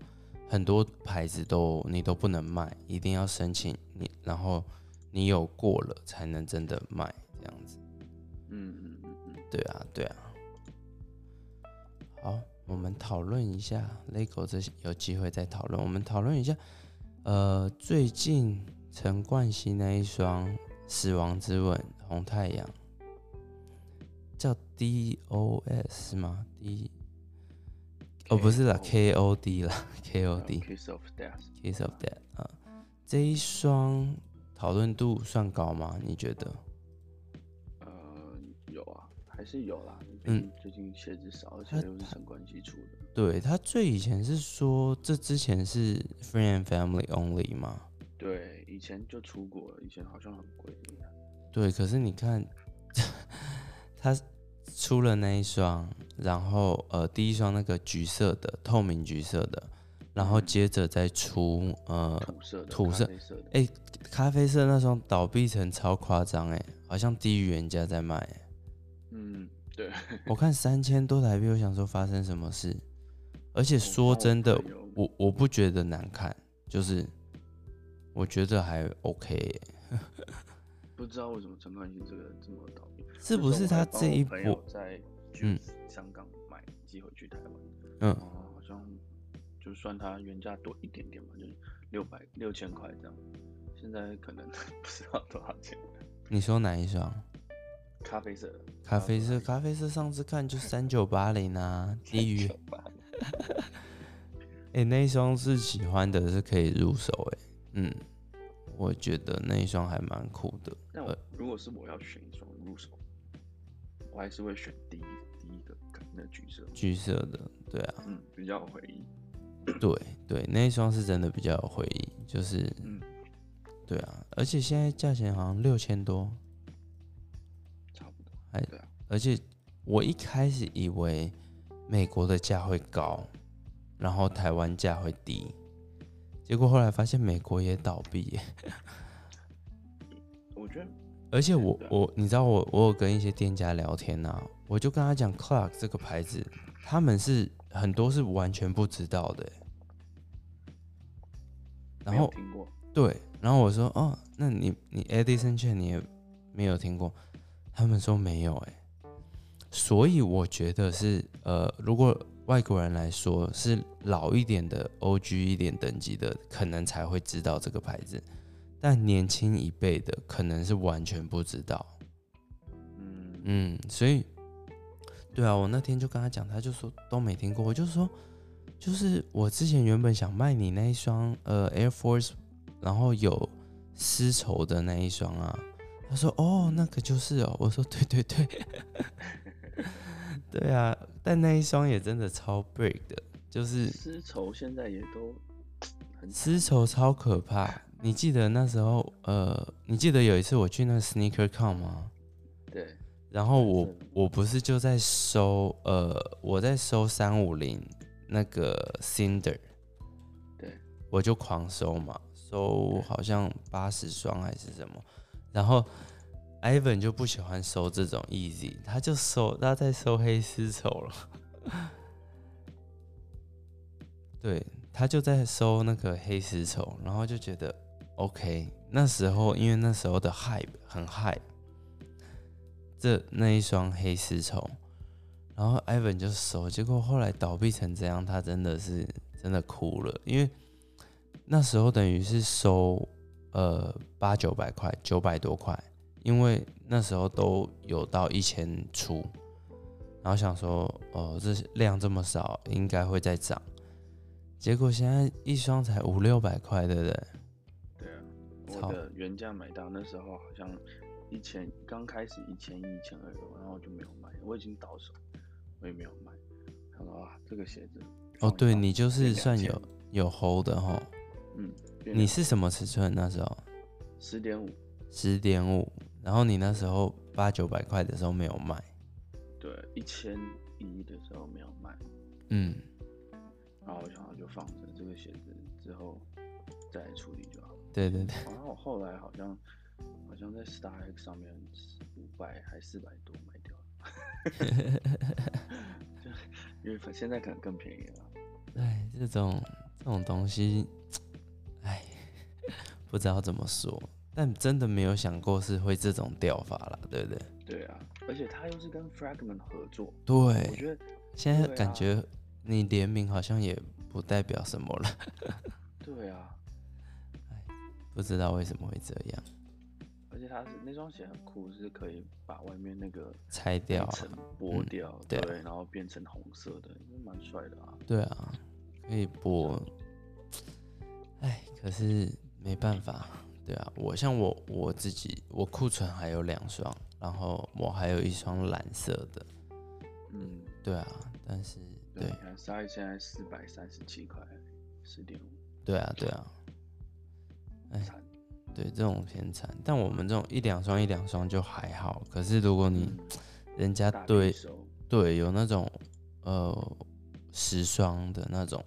Speaker 1: 很多牌子都你都不能卖，一定要申请你，然后你有过了才能真的卖这样子。
Speaker 2: 嗯嗯嗯嗯，
Speaker 1: 对啊，对啊。好，我们讨论一下 LEGO 这些，有机会再讨论。我们讨论一下，呃，最近陈冠希那一双《死亡之吻》红太阳，叫 DOS 吗？D 哦，不是啦，KOD 啦，KOD。
Speaker 2: Kiss of Death。
Speaker 1: Kiss of Death 啊，这一双讨论度算高吗？你觉得？
Speaker 2: 呃，有啊，还是有啦。
Speaker 1: 嗯
Speaker 2: 嗯，最近鞋子少，而且
Speaker 1: 他
Speaker 2: 又是陈冠希出的。
Speaker 1: 对他最以前是说，这之前是 friend and family only 嘛？
Speaker 2: 对，以前就出过了，以前好像很贵的样子。
Speaker 1: 对，可是你看，他出了那一双，然后呃，第一双那个橘色的，透明橘色的，然后接着再出呃，
Speaker 2: 土色的，
Speaker 1: 土
Speaker 2: 咖
Speaker 1: 色
Speaker 2: 啡色的。
Speaker 1: 哎、咖啡色那双倒闭成超夸张哎，好像低于原价在卖欸、
Speaker 2: 嗯，对。
Speaker 1: 我看三千多台币，我想说发生什么事。而且说真的
Speaker 2: 我看有，
Speaker 1: 我我不觉得难看，就是我觉得还 OK，耶欸
Speaker 2: 不知道为什么陈冠希这个这么倒闭，
Speaker 1: 是不是他这一
Speaker 2: 那时候我还帮我朋友
Speaker 1: 波？
Speaker 2: 在
Speaker 1: 嗯
Speaker 2: 香港买寄回去台湾？
Speaker 1: 嗯
Speaker 2: 哦，好像就算它原价多一点点吧，就是六百六千 块这样。现在可能不知道多少钱。
Speaker 1: 你说哪一双？
Speaker 2: 咖啡色的，
Speaker 1: 咖啡色，咖啡色上次看就三九八零啊，低于。 哎、那一双是喜欢的，是可以入手哎、嗯，我觉得那一双还蛮酷的。
Speaker 2: 但我如果是我要选一双入手，我还是会选第一第一个那橘色，
Speaker 1: 橘色的，对啊，
Speaker 2: 嗯，比较有回忆。
Speaker 1: 对对，那一双是真的比较有回忆，就是，
Speaker 2: 嗯
Speaker 1: 对啊，而且现在价钱好像六千多，
Speaker 2: 差不多。
Speaker 1: 还
Speaker 2: 对啊，
Speaker 1: 而且我一开始以为美国的价会高，然后台湾价会低，结果后来发现美国也倒闭耶。
Speaker 2: 我觉得
Speaker 1: 而且我
Speaker 2: 对啊
Speaker 1: 我你知道我我有跟一些店家聊天呐、我就跟他讲 Clark 这个牌子，他们是很多是完全不知道的耶。然
Speaker 2: 没有
Speaker 1: 后
Speaker 2: 听过，
Speaker 1: 对，然后我说哦，那你你 Edison Chain 你也没有听过？他们说没有哎、所以我觉得是呃，如果外国人来说是老一点的 OG 一点等级的，可能才会知道这个牌子，但年轻一辈的可能是完全不知道。
Speaker 2: 嗯嗯，
Speaker 1: 嗯，所以，对啊，我那天就跟他讲，他就说都没听过，我就说，就是我之前原本想卖你那一双呃 Air Force，然后有丝绸的那一双啊，他说哦那个就是哦，我说对对对， 对啊，但那一双也真的超 break 的，就是
Speaker 2: 丝绸现在也都很
Speaker 1: 丝绸超可怕。你记得那时候，呃，你记得有一次我去那个 Sneaker Con 吗？
Speaker 2: 对，
Speaker 1: 然后我
Speaker 2: 是
Speaker 1: 我不是就在收呃，我在收三五零那个 Cinder，
Speaker 2: 对，
Speaker 1: 我就狂收嘛，收好像八十双还是什么，然后 Ivan 就不喜欢收这种 Easy，他就收他在收黑丝绸了，对他就在收那个黑丝绸，然后就觉得 OK，那时候因为那时候的 hype 很 hype。这那一双黑丝绸，然后 Ivan 就收，结果后来倒闭成这样，他真的是真的哭了，因为那时候等于是收呃八九百块，九百多块，因为那时候都有到一千出，然后想说哦这量这么少，应该会再涨，结果现在一双才五六百块，对不对？
Speaker 2: 对啊，
Speaker 1: 操
Speaker 2: 我的原价买到那时候好像一千，刚开始一千一、一千二，然后我就没有买，我已经到手，我也没有买。想到啊，这个鞋子
Speaker 1: 哦，对
Speaker 2: 放一
Speaker 1: 你就
Speaker 2: 变
Speaker 1: 是算
Speaker 2: 2000
Speaker 1: 有有 hold 的吼，
Speaker 2: 嗯，
Speaker 1: 你是什么尺寸那时候？
Speaker 2: 十点五，
Speaker 1: 十点五，然后你那时候八九百块的时候没有卖，
Speaker 2: 对，一千一的时候没有买，
Speaker 1: 嗯，
Speaker 2: 然后我想要就放着这个鞋子之后再处理就好。
Speaker 1: 对对对，
Speaker 2: 然后我后来好像好像在 Star X 上面五百还四百多卖掉了， 就因为反现在可能更便宜了。
Speaker 1: 哎，这种这种东西，哎， 不知道怎么说，但真的没有想过是会这种掉法啦，对不对？
Speaker 2: 对啊，而且他又是跟 Fragment 合作，我
Speaker 1: 对，
Speaker 2: 觉得
Speaker 1: 现在
Speaker 2: 对
Speaker 1: 感
Speaker 2: 啊
Speaker 1: 觉你联名好像也不代表什么了，
Speaker 2: 对啊，
Speaker 1: 不知道为什么会这样，
Speaker 2: 而且他是那双鞋很酷，是可以把外面那个
Speaker 1: 拆掉
Speaker 2: 一
Speaker 1: 啊，
Speaker 2: 层剥掉，
Speaker 1: 对
Speaker 2: 对
Speaker 1: 啊
Speaker 2: 然后变成红色的，就蛮帅的啊。
Speaker 1: 对啊，可以播。哎，可是没办法，对啊，我像我我自己，我库存还有两双，然后我还有一双蓝色的，
Speaker 2: 嗯，
Speaker 1: 对啊，但是对
Speaker 2: 你看 s i 现在四百三十七块，十点五，
Speaker 1: 对啊对啊，哎
Speaker 2: 惨
Speaker 1: 对这种偏惨，但我们这种一两双一两双就还好，可是如果你
Speaker 2: 嗯
Speaker 1: 人家
Speaker 2: 大
Speaker 1: 啊对
Speaker 2: 对手，
Speaker 1: 对，有那种呃十双的那种，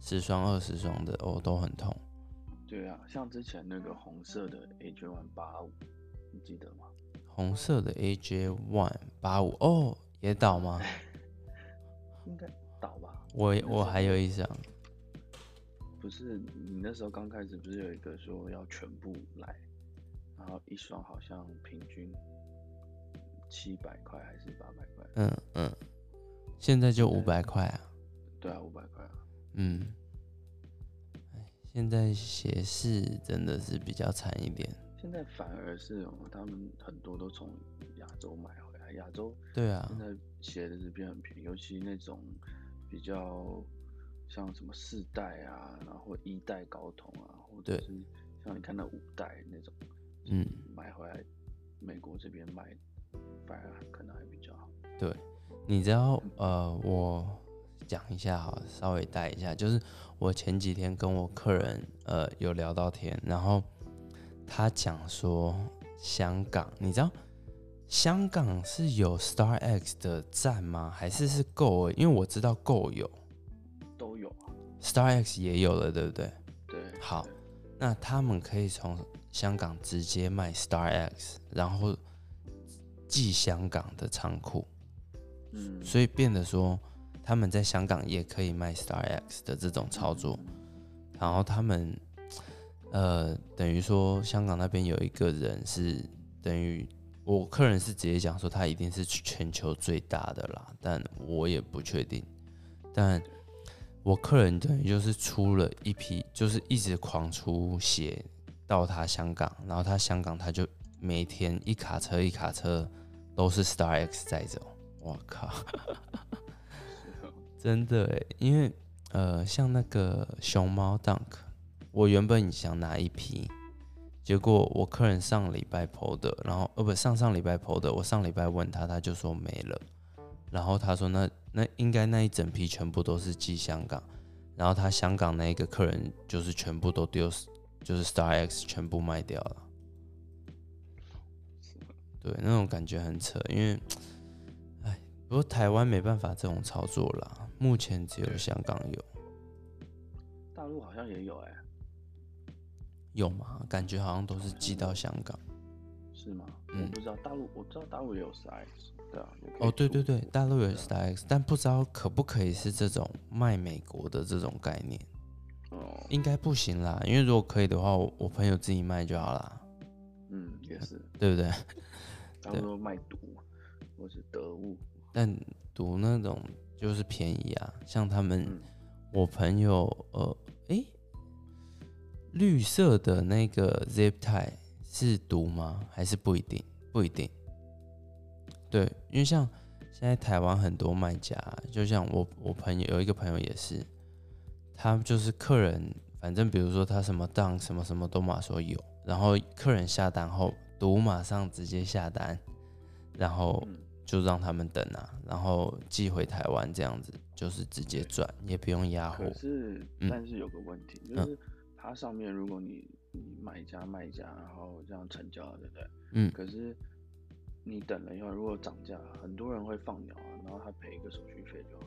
Speaker 1: 十双二十双的哦都很痛，
Speaker 2: 对啊，像之前那个红色的 AJ One 八五，你记得吗？
Speaker 1: 红色的 AJ One 八五哦，也倒吗？
Speaker 2: 应该倒吧？
Speaker 1: 我
Speaker 2: 那
Speaker 1: 我
Speaker 2: 是
Speaker 1: 还有一张，
Speaker 2: 不是，你那时候刚开始不是有一个说要全部来，然后一双好像平均七百块还是八百块？
Speaker 1: 嗯嗯，现在就五
Speaker 2: 对
Speaker 1: 百块啊，
Speaker 2: 对啊，五百块啊。
Speaker 1: 嗯，哎现在鞋市真的是比较惨一点，
Speaker 2: 现在反而是哦，他们很多都从亚洲买回来，亚洲
Speaker 1: 对啊
Speaker 2: 现，在鞋的是变很便宜，尤其那种比较像什么四代啊，然后一代高筒啊，或者
Speaker 1: 对
Speaker 2: 是像你看到五代那种，
Speaker 1: 嗯，
Speaker 2: 买回来美国这边卖，反而可能还比较好。
Speaker 1: 你知道，呃，我讲一下哈，稍微带一下，就是我前几天跟我客人呃有聊到天，然后他讲说香港，你知道香港是有 Star X 的站吗？还是是 Go？因为我知道 Go 有
Speaker 2: 都有啊，
Speaker 1: Star X 也有了，对不对？
Speaker 2: 对，
Speaker 1: 好
Speaker 2: 对
Speaker 1: 那他们可以从香港直接卖 Star X，然后寄香港的仓库。
Speaker 2: 嗯，
Speaker 1: 所以变得说他们在香港也可以卖 Star X 的这种操作，然后他们呃等于说香港那边有一个人是等于我客人是直接讲说他一定是全球最大的啦，但我也不确定，但。我客人等于就是出了一批，就是一直狂出鞋到他香港，然后他香港他就每天一卡车一卡车都是 Star X 载走，我靠！
Speaker 2: 是哦
Speaker 1: 真的诶，因为呃，像那个熊猫 Dunk，我原本想拿一批，结果我客人上礼拜 PO 的，然后呃不上上礼拜 PO 的，我上礼拜问他，他就说没了，然后他说那那应该那一整批全部都是寄香港，然后他香港那一个客人就是全部都丢，就是 Star X 全部卖掉了。
Speaker 2: 是哦
Speaker 1: 对，那种感觉很扯，因为，哎，不过台湾没办法这种操作啦，目前只有香港有，
Speaker 2: 大陆好像也有哎、
Speaker 1: 有吗？感觉好像都是寄到香港。
Speaker 2: 是吗？我
Speaker 1: 嗯
Speaker 2: 不知道大陆，我知道大陆也有 size，对啊，也可以
Speaker 1: 哦，对
Speaker 2: 出
Speaker 1: 对对，
Speaker 2: 国
Speaker 1: 大陆有
Speaker 2: 对啊
Speaker 1: s t X，但不知道可不可以是这种卖美国的这种概念，
Speaker 2: 哦，
Speaker 1: 应该不行啦，因为如果可以的话，我我朋友自己卖就好啦，
Speaker 2: 嗯，也是，
Speaker 1: 对不对？
Speaker 2: 大陆都卖毒嘛，或是得物，
Speaker 1: 但读那种就是便宜啊，像他们，
Speaker 2: 嗯
Speaker 1: 我朋友呃，诶、绿色的那个 zip tie 是读吗？还是不一定？不一定。对，因为像现在台湾很多卖家，就像我我朋友有一个朋友也是，他就是客人，反正比如说他什么档什么什么都马说有，然后客人下单后，读马上直接下单，然后
Speaker 2: 嗯
Speaker 1: 就让他们等啊，然后寄回台湾这样子，就是直接转，也不用压货
Speaker 2: 可。是
Speaker 1: 嗯
Speaker 2: 但是有个问题，就
Speaker 1: 嗯
Speaker 2: 是它上面如果你你买家卖家，然后这样成交，对不对？
Speaker 1: 嗯，
Speaker 2: 可是你等了以后，如果涨价，很多人会放鸟啊，然后他赔一个手续费就好，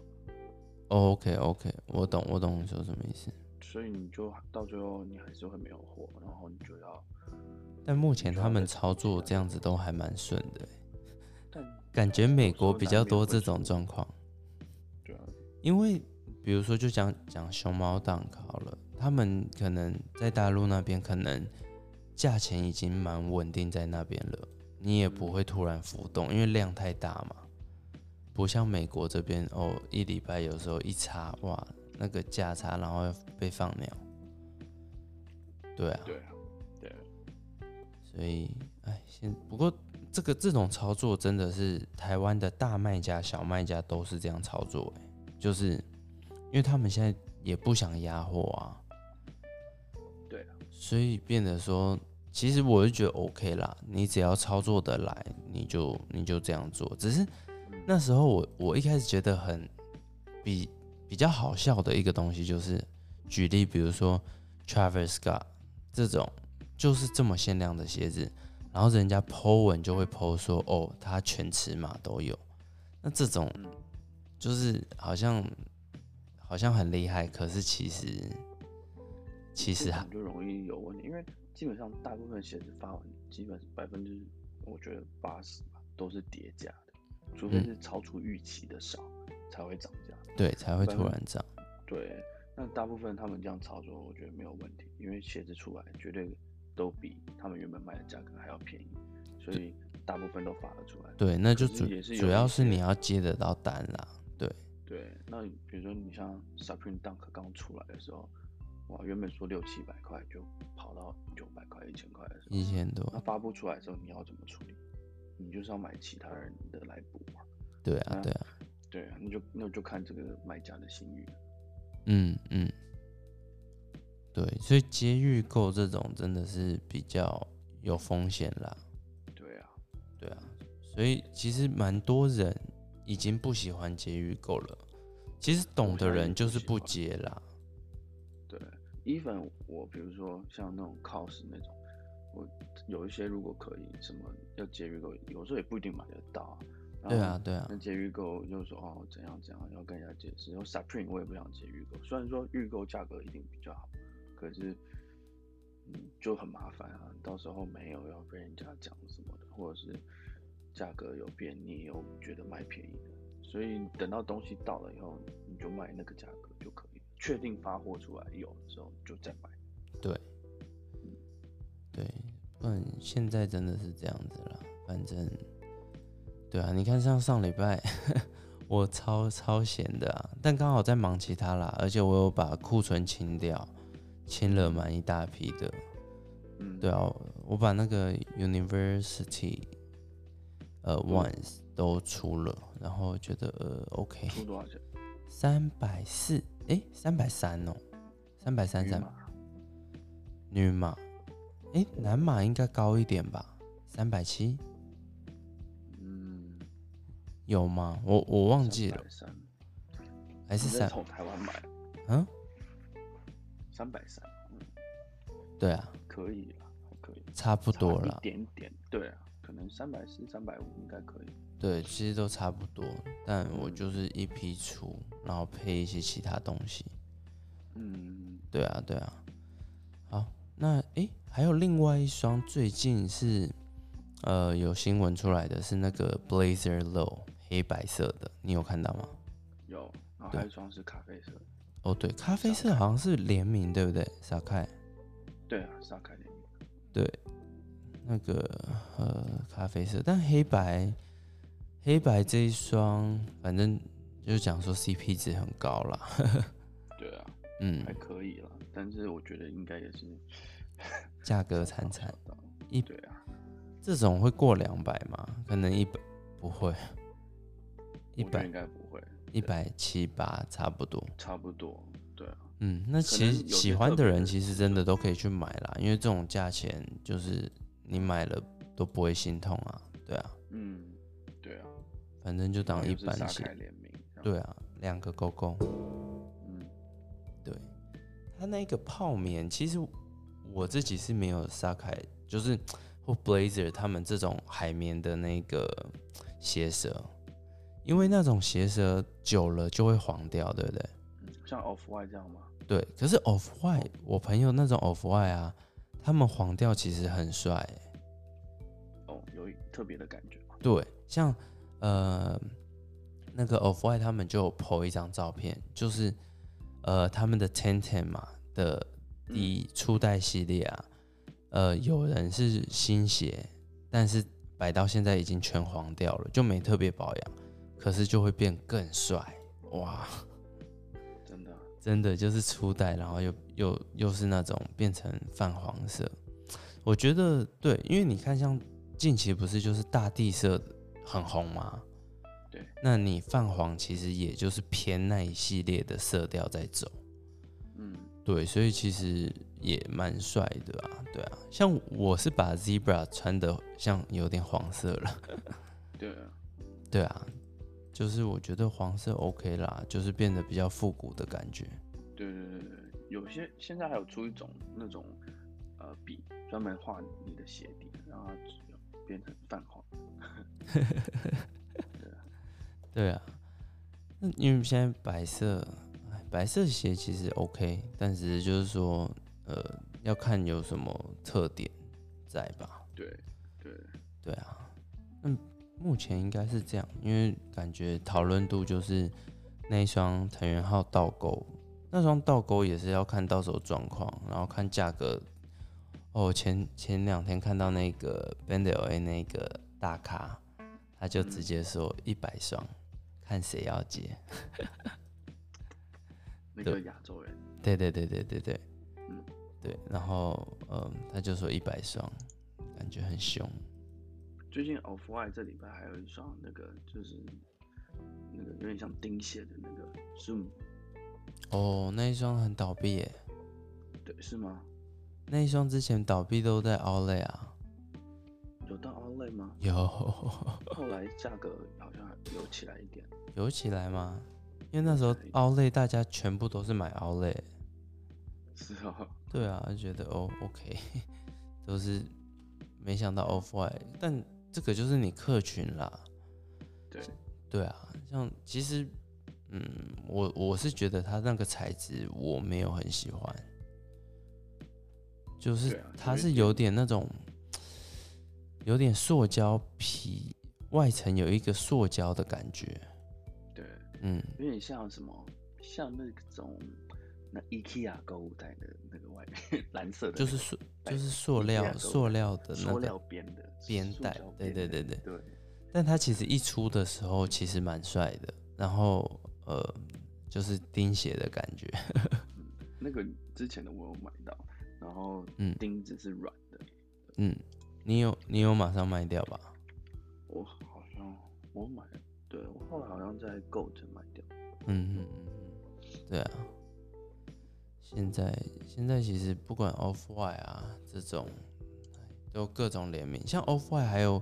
Speaker 1: 哦 OK OK，我懂我懂你说什么意思。
Speaker 2: 所以你就到最后你还是会没有货，然后你就要，
Speaker 1: 但目前
Speaker 2: 知道
Speaker 1: 他们
Speaker 2: 在
Speaker 1: 操作这样子都还蛮顺的欸，
Speaker 2: 但
Speaker 1: 感觉美国比较多这种
Speaker 2: 有时候
Speaker 1: 状
Speaker 2: 难
Speaker 1: 况。
Speaker 2: 免会出对啊，
Speaker 1: 因为比如说就讲讲熊猫 Dunk 好了，他们可能在大陆那边可能价钱已经蛮稳定在那边了，你也不会突然浮动，因为量太大嘛。不像美国这边哦，一礼拜有时候一差哇，那个价差然后被放鸟。对啊，
Speaker 2: 对啊，对啊，
Speaker 1: 所以哎，现不过这个这种操作真的是台湾的大卖家、小卖家都是这样操作、欸，就是因为他们现在也不想压货啊，
Speaker 2: 对啊，
Speaker 1: 所以变得说，其实我就觉得 OK 啦，你只要操作得来，你就你就这样做。只是那时候我我一开始觉得很比比较好笑的一个东西，就是举例，比如说 Travis Scott 这种，就是这么限量的鞋子，然后人家 Po 文就会 Po 说，哦，他全尺码都有，那这种
Speaker 2: 嗯
Speaker 1: 就是好像好像很厉害，可是其实其实啊
Speaker 2: 这
Speaker 1: 还
Speaker 2: 种就容易有问题，因为基本上大部分鞋子发完，基本百分之我觉得八十吧都是叠加的，除非
Speaker 1: 嗯
Speaker 2: 是超出预期的少、才会涨价。
Speaker 1: 对才会突
Speaker 2: 反
Speaker 1: 然涨，
Speaker 2: 对，那大部分他们这样操作，我觉得没有问题，因为鞋子出来绝对都比他们原本卖的价格还要便宜，所以大部分都发了出来。
Speaker 1: 对，那就
Speaker 2: 可是
Speaker 1: 主
Speaker 2: 也是有
Speaker 1: 主
Speaker 2: 一
Speaker 1: 要是
Speaker 2: 些
Speaker 1: 你要接得到单啦，对，
Speaker 2: 对，那你比如说你像 Supreme Dunk 刚出来的时候，哇，原本说六七百块就跑到九百块、一千块的时候，
Speaker 1: 一千
Speaker 2: 那
Speaker 1: 多，
Speaker 2: 发不出来的时候你要怎么处理？你就是要买其他人的来补嘛。
Speaker 1: 对啊
Speaker 2: 那
Speaker 1: 对啊，
Speaker 2: 对啊，那就那就看这个卖家的信誉了。
Speaker 1: 嗯嗯，对，所以接预购这种真的是比较有风险啦，
Speaker 2: 对啊，
Speaker 1: 对啊，所以其实蛮多人已经不喜欢接预购了，其实懂
Speaker 2: 哦
Speaker 1: 的人就是不接啦，
Speaker 2: 对，even 我比如说像那种 cos 那种，我有一些如果可以什么要接预购，有时候也不一定买得到啊。然
Speaker 1: 对
Speaker 2: 后
Speaker 1: 啊对啊
Speaker 2: 那，接预购就说哦怎样怎样，要跟人家解释。然后 Supreme 我也不想接预购，虽然说预购价格一定比较好，可是嗯就很麻烦啊，到时候没有要被人家讲什么的，或者是价格有变，你又觉得卖便宜的，所以等到东西到了以后，你就卖那个价格就可以，确定发货出来有的时候就再买。
Speaker 1: 对，对，不然现在真的是这样子啦。反正，对啊，你看像上礼拜 我超超闲的啊，但刚好在忙其他啦，而且我有把库存清掉，清了蛮一大批的。
Speaker 2: 嗯，
Speaker 1: 对啊，我把那个 University 呃 Ones 都出了，然后觉得呃 OK，
Speaker 2: 出多少钱？
Speaker 1: 三百四，哎，三百三哦，三百三
Speaker 2: 女
Speaker 1: 三
Speaker 2: 码
Speaker 1: 女码，诶，男码应该高一点吧？三百七
Speaker 2: 嗯，
Speaker 1: 有吗？我我忘记了，
Speaker 2: 330，
Speaker 1: 还是
Speaker 2: 你在
Speaker 1: 三？
Speaker 2: 从台湾买
Speaker 1: 嗯，
Speaker 2: 三百三，嗯，
Speaker 1: 对啊，
Speaker 2: 可以啦，还可以。
Speaker 1: 差不
Speaker 2: 差
Speaker 1: 多
Speaker 2: 一
Speaker 1: 啦。
Speaker 2: 点点，对啊，可能三百四、三百五应该可以。
Speaker 1: 对，其实都差不多，但我
Speaker 2: 嗯
Speaker 1: 就是一批出，然后配一些其他东西。
Speaker 2: 嗯，
Speaker 1: 对啊，对啊。好，那诶，还有另外一双最近是呃有新闻出来的是那个 Blazer Low 黑白色的，你有看到吗？
Speaker 2: 有，然后
Speaker 1: 对
Speaker 2: 还有一双是咖啡色，
Speaker 1: 哦，对，咖啡色好像是联名，对不对？傻开。
Speaker 2: 对啊，是要开联名。
Speaker 1: 对，那个呃咖啡色，但黑白黑白这一双，反正就是讲说 CP 值很高啦。
Speaker 2: 对啊，
Speaker 1: 嗯
Speaker 2: 还，可以啦，但是我觉得应该也是
Speaker 1: 价格
Speaker 2: 小
Speaker 1: 惨
Speaker 2: 道
Speaker 1: 惨
Speaker 2: 小，道
Speaker 1: 一
Speaker 2: 对啊，
Speaker 1: 这种会过两百吗？可能一百不会，一
Speaker 2: 我觉得
Speaker 1: 百
Speaker 2: 应该不会，
Speaker 1: 一百七八差不多。
Speaker 2: 差不多。对啊，
Speaker 1: 嗯，那
Speaker 2: 可
Speaker 1: 其
Speaker 2: 能
Speaker 1: 实
Speaker 2: 有
Speaker 1: 喜
Speaker 2: 些
Speaker 1: 欢
Speaker 2: 特
Speaker 1: 的
Speaker 2: 别
Speaker 1: 人
Speaker 2: 的
Speaker 1: 其实真的都可以去买啦，因为这种价钱就是你买了都不会心痛啊。对啊，
Speaker 2: 嗯，对啊，
Speaker 1: 反正就当一
Speaker 2: 又是
Speaker 1: 般
Speaker 2: 沙
Speaker 1: 鞋
Speaker 2: 开。联名，这样，
Speaker 1: 对啊，两个勾勾。
Speaker 2: 嗯，
Speaker 1: 对，它那个泡棉，其实我自己是没有沙凯，就是或 Blazer 他们这种海绵的那个鞋舌，因为那种鞋舌久了就会黄掉，对不对？
Speaker 2: 嗯像 Off White 这样吗？
Speaker 1: 对，可是 Off White，我朋友那种 Off White 啊，他们黄掉其实很帅欸、
Speaker 2: 哦，有一特别的感觉吗？
Speaker 1: 对，像呃那个 Off White 他们就有 po 一张照片，就是呃他们的 Ten Ten 嘛的第一初代系列啊，呃有人是新鞋，但是摆到现在已经全黄掉了，就没特别保养，可是就会变更帅哇！
Speaker 2: 真的啊，
Speaker 1: 真的就是初代，然后又又又是那种变成泛黄色。我觉得对，因为你看像近期不是就是大地色很红吗？
Speaker 2: 对，
Speaker 1: 那你泛黄其实也就是偏那一系列的色调在走。
Speaker 2: 嗯，
Speaker 1: 对，所以其实也蛮帅的啊，对啊，像我是把 zebra 穿的像有点黄色了。
Speaker 2: 对啊，
Speaker 1: 对啊，就是我觉得黄色 OK 啦，就是变得比较复古的感觉。
Speaker 2: 对对对对，对有些现在还有出一种那种呃笔，专门画你的鞋底，让它变成泛黄。
Speaker 1: 对啊，那因为现在白色，哎，白色鞋其实 OK，但只是就是说，呃，要看有什么特点在吧？
Speaker 2: 对对，
Speaker 1: 对啊，那目前应该是这样，因为感觉讨论度就是那一双藤原浩倒钩，那双倒钩也是要看到时候状况，然后看价格。哦，前前两天看到那个 Band LA 那个大咖，他就直接说一百双，看谁要接。
Speaker 2: 那
Speaker 1: 对
Speaker 2: 个亚洲人，
Speaker 1: 对对对对对对，对，然后嗯，他就说一百双，感觉很凶。
Speaker 2: 最近 Off White 这礼拜还有一双那个就是那个有点像钉鞋的那个 Zoom，
Speaker 1: 哦，那一双很倒闭耶，
Speaker 2: 对，是吗？
Speaker 1: 那一双之前倒闭都在 Olay 啊，
Speaker 2: 有到 Outlet 吗？
Speaker 1: 有
Speaker 2: 后来价格好像有起来一点。
Speaker 1: 有起来吗？因为那时候 Olay 大家全部都是买 Olay，
Speaker 2: 是哦，
Speaker 1: 对啊，就觉得哦 OK，都是没想到 Off White，但这个就是你客群啦，
Speaker 2: 对，
Speaker 1: 对啊，像其实，嗯，我我是觉得它那个材质我没有很喜欢，就
Speaker 2: 对
Speaker 1: 是
Speaker 2: 啊
Speaker 1: 它
Speaker 2: 有一
Speaker 1: 是
Speaker 2: 点
Speaker 1: 有点那种，有点塑胶皮外层有一个塑胶的感觉，
Speaker 2: 对，
Speaker 1: 嗯，
Speaker 2: 有点像什么，像那种那 IKEA 购物袋的那个外面 蓝色的那个、
Speaker 1: 就是塑
Speaker 2: 哎
Speaker 1: 就是塑
Speaker 2: 一定要
Speaker 1: 料
Speaker 2: 有
Speaker 1: 塑料的那
Speaker 2: 塑料
Speaker 1: 个
Speaker 2: 边的
Speaker 1: 边
Speaker 2: 塑
Speaker 1: 带
Speaker 2: 胶，
Speaker 1: 对
Speaker 2: 边
Speaker 1: 对
Speaker 2: 的
Speaker 1: 对对，
Speaker 2: 对，
Speaker 1: 但他其实一出的时候其实蛮帅的，然后呃就是钉鞋的感觉，
Speaker 2: 那个之前的我有买到，然后
Speaker 1: 嗯
Speaker 2: 钉子是软的，
Speaker 1: 嗯，你有你有马上卖掉吧？
Speaker 2: 我好像我买，对我后来好像在 Goat 买掉，
Speaker 1: 嗯嗯嗯嗯，对啊。现在现在其实不管 Off White 啊这种，都各种联名，像 Off White 还有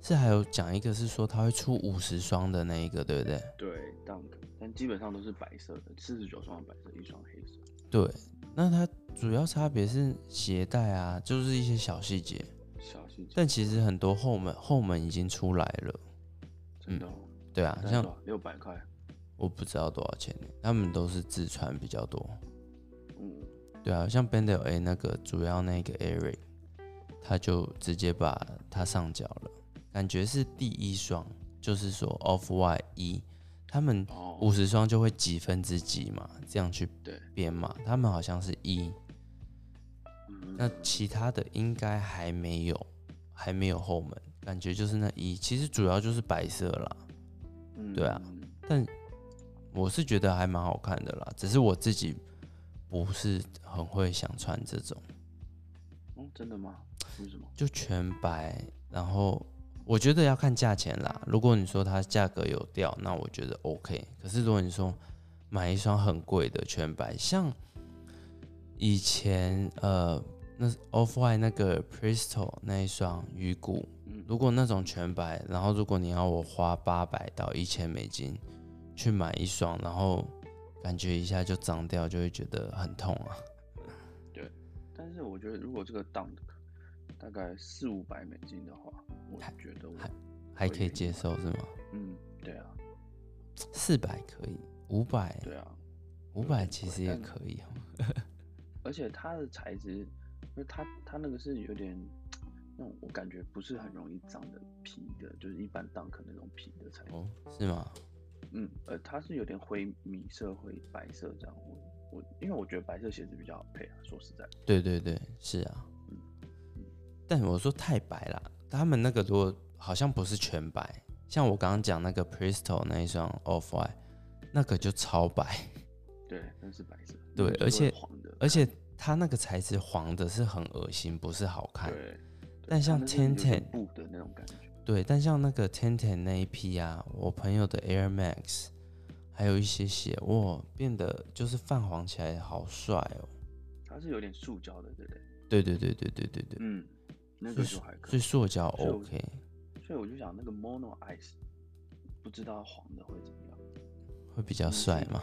Speaker 1: 是还有讲一个是说它会出五十双的那一个，对不对？
Speaker 2: 对 Dunk，但基本上都是白色的，四十九双白色，一双黑色，
Speaker 1: 对，那它主要差别是鞋带啊，就是一些小细节，
Speaker 2: 小细节，
Speaker 1: 但其实很多后门后门已经出来了，
Speaker 2: 真的、哦，
Speaker 1: 对啊，像
Speaker 2: 六百块，
Speaker 1: 我不知道多少钱，欸他们都是自穿比较多，
Speaker 2: 嗯，
Speaker 1: 对啊，像 Bandel A 那个主要那个 Eric，他就直接把它上脚了，感觉是第一双，就是说 Off White 一，他们
Speaker 2: 哦
Speaker 1: 五十双就会几分之几嘛，这样去
Speaker 2: 对
Speaker 1: 编码，他们好像是一，
Speaker 2: 嗯
Speaker 1: 那其他的应该还没有，还没有后门，感觉就是那一，其实主要就是白色啦，
Speaker 2: 嗯
Speaker 1: 对啊
Speaker 2: 嗯
Speaker 1: 但我是觉得还蛮好看的啦，只是我自己不是很会想穿这种。
Speaker 2: 哦，真的吗？为什么？
Speaker 1: 就全白，然后我觉得要看价钱啦。如果你说它价格有掉，那我觉得 OK。可是如果你说买一双很贵的全白，像以前呃那 Off White 那个 Bristol 那一双鱼骨，
Speaker 2: 嗯
Speaker 1: 如果那种全白，然后如果你要我花八百到一千美金去买一双，然后感觉一下就脏掉，就会觉得很痛啊。
Speaker 2: 但是我觉得如果这个 Dunk 大概四五百美金的话，我觉得我
Speaker 1: 还还可以接受是吗？
Speaker 2: 嗯，对啊，
Speaker 1: 四百可以，五百
Speaker 2: 对啊，
Speaker 1: 嗯五百其实也可以哦。
Speaker 2: 而且它的材质，就是它它那个是有点那种我感觉不是很容易脏的皮的，就是一般 Dunk 那种皮的材质，
Speaker 1: 哦，是吗？
Speaker 2: 嗯，呃，它是有点灰米色、灰白色这样。我我因为我觉得白色鞋子比较好配啊，说实在，
Speaker 1: 对对对，是啊
Speaker 2: 嗯嗯。
Speaker 1: 但我说太白啦，他们那个如果好像不是全白，像我刚刚讲那个 Bristol 那一双 Off White，那个就超白，
Speaker 2: 对，那是白色，
Speaker 1: 对
Speaker 2: 就是
Speaker 1: 而且
Speaker 2: 会黄的，
Speaker 1: 而且它那个材质黄的是很恶心，不是好看。
Speaker 2: 对。
Speaker 1: 但像
Speaker 2: 天
Speaker 1: Tenten
Speaker 2: 布的那种感觉，
Speaker 1: 对，但像那个 Tenten 那一批啊，我朋友的 Air Max，还有一些鞋，哇，变得就是泛黄起来，好帅哦。
Speaker 2: 它是有点塑胶的，对不对？
Speaker 1: 对对对对对对对，
Speaker 2: 嗯，那
Speaker 1: 所
Speaker 2: 个
Speaker 1: 以
Speaker 2: 就
Speaker 1: 塑
Speaker 2: 还可
Speaker 1: 所以
Speaker 2: 以。
Speaker 1: 塑胶
Speaker 2: 所以我
Speaker 1: OK。
Speaker 2: 所以我就想，那个 mono ice 不知道黄的会怎么样。
Speaker 1: 会比较
Speaker 2: 嗯
Speaker 1: 帅
Speaker 2: 是
Speaker 1: 嘛？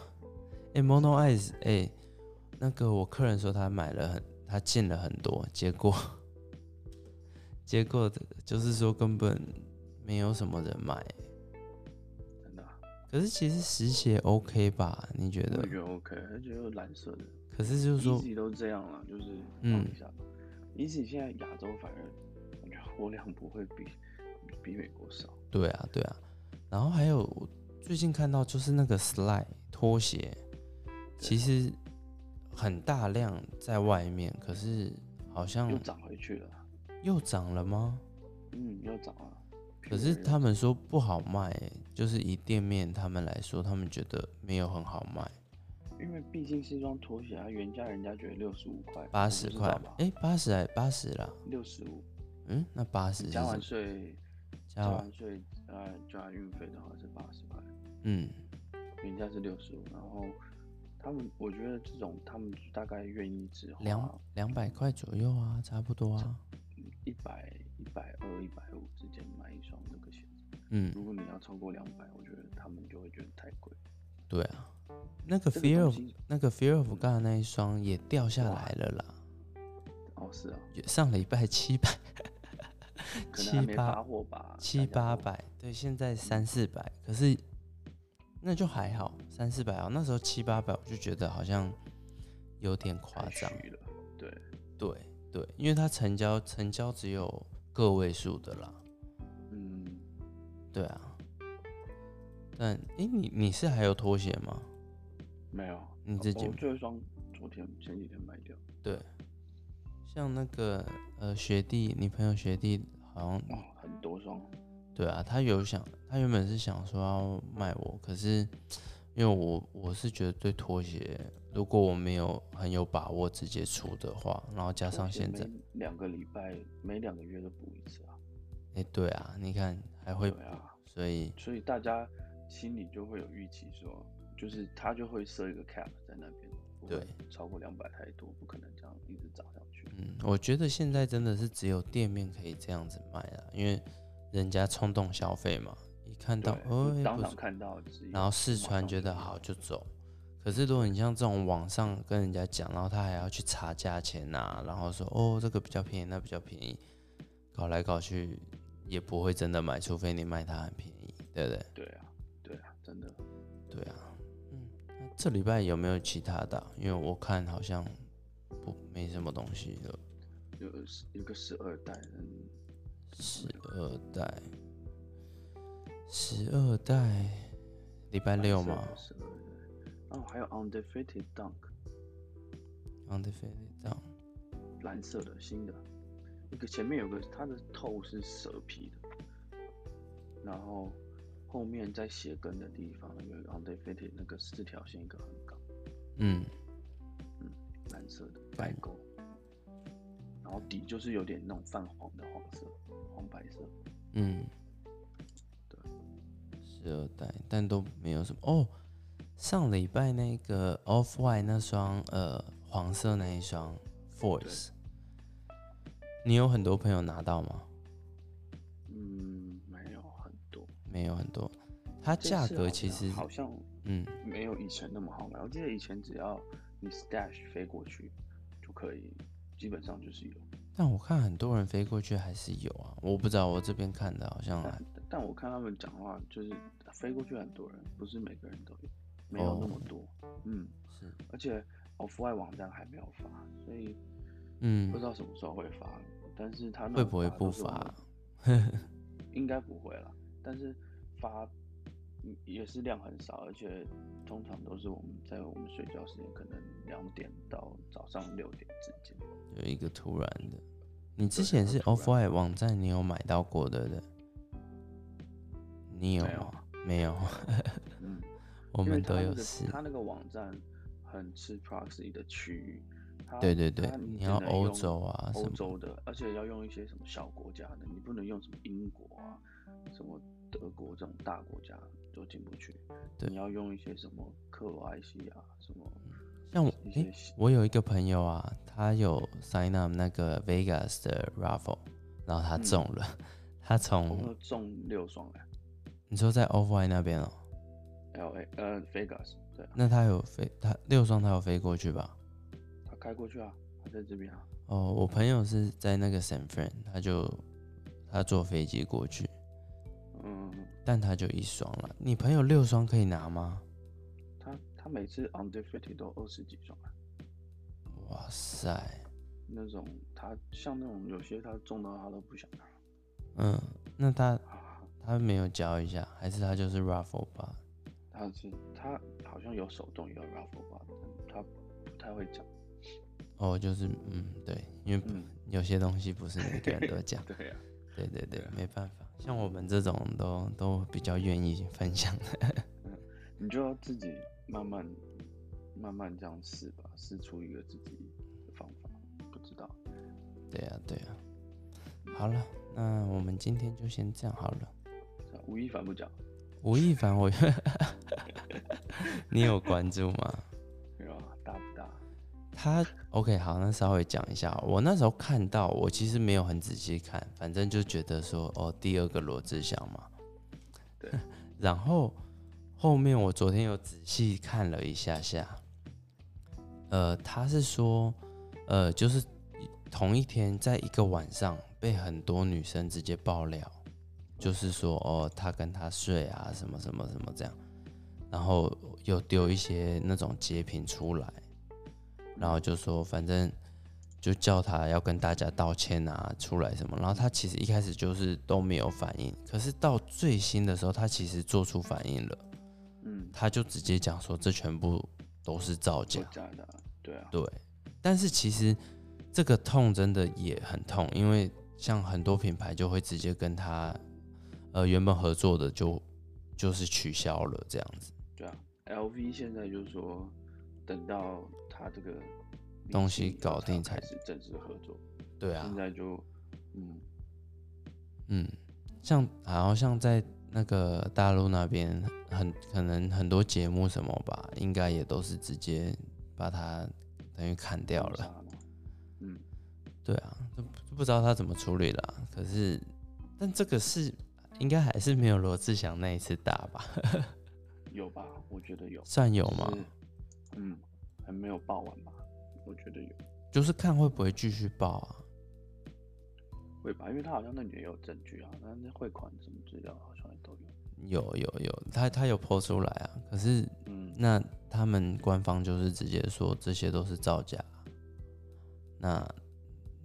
Speaker 1: 哎、m o n o Eyes，哎、那个我客人说他买了很，他进了很多，结果结果就是说根本没有什么人买。
Speaker 2: 真的啊、
Speaker 1: 可是其实实鞋 OK 吧？你觉
Speaker 2: 我
Speaker 1: 得
Speaker 2: 也？觉得 OK，而且又蓝色的
Speaker 1: 可是就是说，
Speaker 2: ，Easy 啊都这样了，就是
Speaker 1: 嗯
Speaker 2: 放一下吧。Easy 现在亚洲反而感觉货量不会比比美国少。
Speaker 1: 对啊对啊。然后还有我最近看到就是那个 Slide 拖鞋，其实很大量在外面，可是好像
Speaker 2: 又涨回去了，
Speaker 1: 又涨了吗？
Speaker 2: 嗯，又涨了。
Speaker 1: 可是
Speaker 2: Pure
Speaker 1: 他们说不好卖欸、就是以店面他们来说，他们觉得没有很好卖。
Speaker 2: 又因为毕竟是一双拖鞋，它原价人家觉得六十五块，
Speaker 1: 八十块嘛
Speaker 2: 吧？，
Speaker 1: 哎，八十还八十啦，
Speaker 2: 六十五
Speaker 1: 嗯，那八十
Speaker 2: 加完税，
Speaker 1: 加
Speaker 2: 加
Speaker 1: 完
Speaker 2: 完，税呃加运费的话是八十块，
Speaker 1: 嗯，
Speaker 2: 原价是六十五，然后他们我觉得这种他们大概愿意啊只花
Speaker 1: 两两百块左右啊，差不多啊，
Speaker 2: 一百一百二一百五之间买一双这个鞋子，
Speaker 1: 嗯，
Speaker 2: 如果你要超过两百，我觉得他们就会觉得太贵。
Speaker 1: 对啊，那个
Speaker 2: 这个
Speaker 1: Fear
Speaker 2: 东
Speaker 1: of
Speaker 2: 西
Speaker 1: 那个 Fear of God 那一双也掉下来了啦，
Speaker 2: 哦，是啊，
Speaker 1: 也上礼拜七百，
Speaker 2: 可能还
Speaker 1: 七
Speaker 2: 没发
Speaker 1: 八
Speaker 2: 货吧，
Speaker 1: 七八
Speaker 2: 大家都
Speaker 1: 百，对，现在三四百，可是那就还好，三四百啊，那时候七八百我就觉得好像有点夸
Speaker 2: 太
Speaker 1: 张，
Speaker 2: 虚了。对，
Speaker 1: 对对，因为它成交成交只有个位数的啦，
Speaker 2: 嗯，
Speaker 1: 对啊，但诶、你你是还有拖鞋吗？
Speaker 2: 没有，啊哦
Speaker 1: 你自己
Speaker 2: 我这一双昨天前几天买掉，
Speaker 1: 对，像那个呃学弟，你朋友学弟好像
Speaker 2: 哦，很多双，
Speaker 1: 对啊，他有想，他原本是想说要卖我，可是因为我我是觉得对拖鞋，如果我没有很有把握直接出的话，然后加上
Speaker 2: 而且
Speaker 1: 现在，
Speaker 2: 每两个礼拜，每两个月都补一次啊，
Speaker 1: 哎、对啊，你看还会补
Speaker 2: 对，啊，
Speaker 1: 所以
Speaker 2: 所以大家心里就会有预期说，就是他就会设一个 cap 在那边，不会
Speaker 1: 对
Speaker 2: 超过两百太多，不可能这样一直涨上去。
Speaker 1: 嗯，我觉得现在真的是只有店面可以这样子卖了，因为人家冲动消费嘛，一看
Speaker 2: 对
Speaker 1: 到，哦，
Speaker 2: 就
Speaker 1: 诶
Speaker 2: 当
Speaker 1: 不
Speaker 2: 场
Speaker 1: 是
Speaker 2: 看到只有，
Speaker 1: 然后试
Speaker 2: 马
Speaker 1: 穿
Speaker 2: 上
Speaker 1: 觉
Speaker 2: 就
Speaker 1: 得
Speaker 2: 买
Speaker 1: 好就走。可是如果你像这种网上跟人家讲，然后他还要去查价钱呐、然后说哦这个比较便宜，那比较便宜，搞来搞去也不会真的买，除非你卖它很便宜，对不对？
Speaker 2: 对啊，对啊，真的，
Speaker 1: 对啊，嗯，那这礼拜有没有其他的啊、因为我看好像不没什么东西了。
Speaker 2: 有有个十二代，嗯，
Speaker 1: 十二代，十二代，礼拜六嘛
Speaker 2: 十二代，哦，还有 Undefeated Dunk，
Speaker 1: ，Undefeated Down，
Speaker 2: 蓝色的新的，一个前面有个它的透是蛇皮的，然后后面在鞋跟的地方有一个 Undefeated 那个四条线一个横杠，
Speaker 1: 嗯，
Speaker 2: 蓝色的
Speaker 1: 白
Speaker 2: 白勾，然后底就是有点那种泛黄的黄色，黄白色，
Speaker 1: 嗯，
Speaker 2: 对，
Speaker 1: 十二代，但都没有什么哦。上礼拜那个 Off White 那双呃黄色那一双 Force，你有很多朋友拿到吗？
Speaker 2: 嗯，没有很多，
Speaker 1: 没有很多，它
Speaker 2: 这
Speaker 1: 价
Speaker 2: 次
Speaker 1: 格
Speaker 2: 好
Speaker 1: 其
Speaker 2: 像
Speaker 1: 实
Speaker 2: 好像
Speaker 1: 嗯
Speaker 2: 没有以前那么好买。我记得以前只要你 stash 飞过去就可以，基本上就是有。
Speaker 1: 哦但我看很多人飞过去还是有啊，我不知道我这边看的好像还
Speaker 2: 但但我看他们讲话，就是飞过去很多人，不是每个人都有，没有那
Speaker 1: 哦
Speaker 2: 么多。嗯，
Speaker 1: 是
Speaker 2: 而且 off white 网站还没有发，所以
Speaker 1: 嗯
Speaker 2: 不知道什么时候会发。但是他那
Speaker 1: 会
Speaker 2: 种
Speaker 1: 不会
Speaker 2: 发
Speaker 1: 不
Speaker 2: 都是我们
Speaker 1: 发？
Speaker 2: 应该不会啦，但是发嗯也是量很少，而且通常都是我们在我们睡觉时间，可能两点到早上六点之间。
Speaker 1: 有一个突然的，你之
Speaker 2: 对
Speaker 1: 前
Speaker 2: 它
Speaker 1: 是
Speaker 2: 突
Speaker 1: Off
Speaker 2: 然
Speaker 1: White 网站你有买到过对不对？你有
Speaker 2: 没有
Speaker 1: 吗？没有，
Speaker 2: 嗯，
Speaker 1: 我
Speaker 2: 因为
Speaker 1: 们
Speaker 2: 它
Speaker 1: 都
Speaker 2: 那
Speaker 1: 有
Speaker 2: 个
Speaker 1: 试。
Speaker 2: 它那个网站很吃 proxy 的区域，它
Speaker 1: 对对对
Speaker 2: 它
Speaker 1: 你
Speaker 2: 只
Speaker 1: 要
Speaker 2: 能
Speaker 1: 欧
Speaker 2: 用
Speaker 1: 洲啊什
Speaker 2: 欧
Speaker 1: 么
Speaker 2: 洲的，而且要用一些什么小国家的，你不能用什么英国啊、什么德国这种大国家都进不去。
Speaker 1: 对
Speaker 2: 你要用一些什么克罗埃西亚什么。
Speaker 1: 像我
Speaker 2: 一
Speaker 1: 诶、
Speaker 2: 些西
Speaker 1: 我有一个朋友啊，他有 sign up 那个 Vegas 的 raffle，然后他
Speaker 2: 嗯
Speaker 1: 中了， 他
Speaker 2: 我
Speaker 1: 从
Speaker 2: 们中六双哎
Speaker 1: 你说在 Off White 那边哦，
Speaker 2: ，L A 呃 Vegas 对啊，
Speaker 1: 那他有飞他六双他有飞过去吧？
Speaker 2: 他开过去啊，他在这边啊，
Speaker 1: 哦，我朋友是在那个 San Fran，他就他坐飞机过去，
Speaker 2: 嗯，
Speaker 1: 但他就一双了。你朋友六双可以拿吗？
Speaker 2: 他他每次 undefeated 都二十几双啊，
Speaker 1: 哇塞，
Speaker 2: 那种他像那种有些他中到他都不想拿，
Speaker 1: 嗯，那他
Speaker 2: 啊
Speaker 1: 他没有教一下，还是他就是 raffle 吧？
Speaker 2: 他是他好像有手动也有 raffle 吧，但他不太会讲，
Speaker 1: 哦，就是嗯，对，因为不
Speaker 2: 嗯，
Speaker 1: 有些东西不是每个人都 讲，
Speaker 2: 对呀、
Speaker 1: 对对对
Speaker 2: 对啊，
Speaker 1: 没办法，像我们这种都都比较愿意分享的，
Speaker 2: 你就要自己慢慢慢慢这样试吧，试出一个自己的方法，不知道。
Speaker 1: 对呀、对呀、啊好了，那我们今天就先这样好了。
Speaker 2: 像吴亦凡不讲，
Speaker 1: 吴亦凡，我， 你有关注吗？
Speaker 2: 对吧？大不大？
Speaker 1: 他 OK 好，那稍微讲一下，我那时候看到，我其实没有很仔细看，反正就觉得说，哦，第二个罗志祥嘛。
Speaker 2: 对。
Speaker 1: 然后后面我昨天有仔细看了一下下，呃，他是说，呃，就是同一天在一个晚上被很多女生直接爆料，就是说，哦，他跟他睡啊，什么什么什么这样，然后有丢一些那种截屏出来。然后就说反正就叫他要跟大家道歉啊，出来什么。然后他其实一开始就是都没有反应，可是到最新的时候，他其实做出反应了，
Speaker 2: 嗯，
Speaker 1: 他就直接讲说这全部都是造假
Speaker 2: 都。假的啊，对啊，
Speaker 1: 对，但是其实这个痛真的也很痛，因为像很多品牌就会直接跟他呃原本合作的就就是取消了这样子。
Speaker 2: 对啊。LV 现在就说，等到他这个明
Speaker 1: 东西
Speaker 2: 星以后
Speaker 1: 搞
Speaker 2: 才要
Speaker 1: 定
Speaker 2: 开
Speaker 1: 才
Speaker 2: 始正式合作，
Speaker 1: 对啊，
Speaker 2: 现在就，嗯，
Speaker 1: 嗯，像好像在那个大陆那边，很可能很多节目什么吧，应该也都是直接把它等于砍掉
Speaker 2: 封杀
Speaker 1: 了。
Speaker 2: 嘛，嗯，
Speaker 1: 对啊，都不不知道他怎么处理啦。可是，但这个是应该还是没有罗志祥那一次大吧？
Speaker 2: 有吧？我觉得有，
Speaker 1: 算有吗？
Speaker 2: 是嗯，还没有报完吧？我觉得有，
Speaker 1: 就是看会不会继续爆啊。
Speaker 2: 会吧？因为他好像那里也有证据啊，那那汇款什么资料好像也都有，
Speaker 1: 有有有，他他有剖出来啊。可是
Speaker 2: 嗯，
Speaker 1: 那他们官方就是直接说这些都是造假，那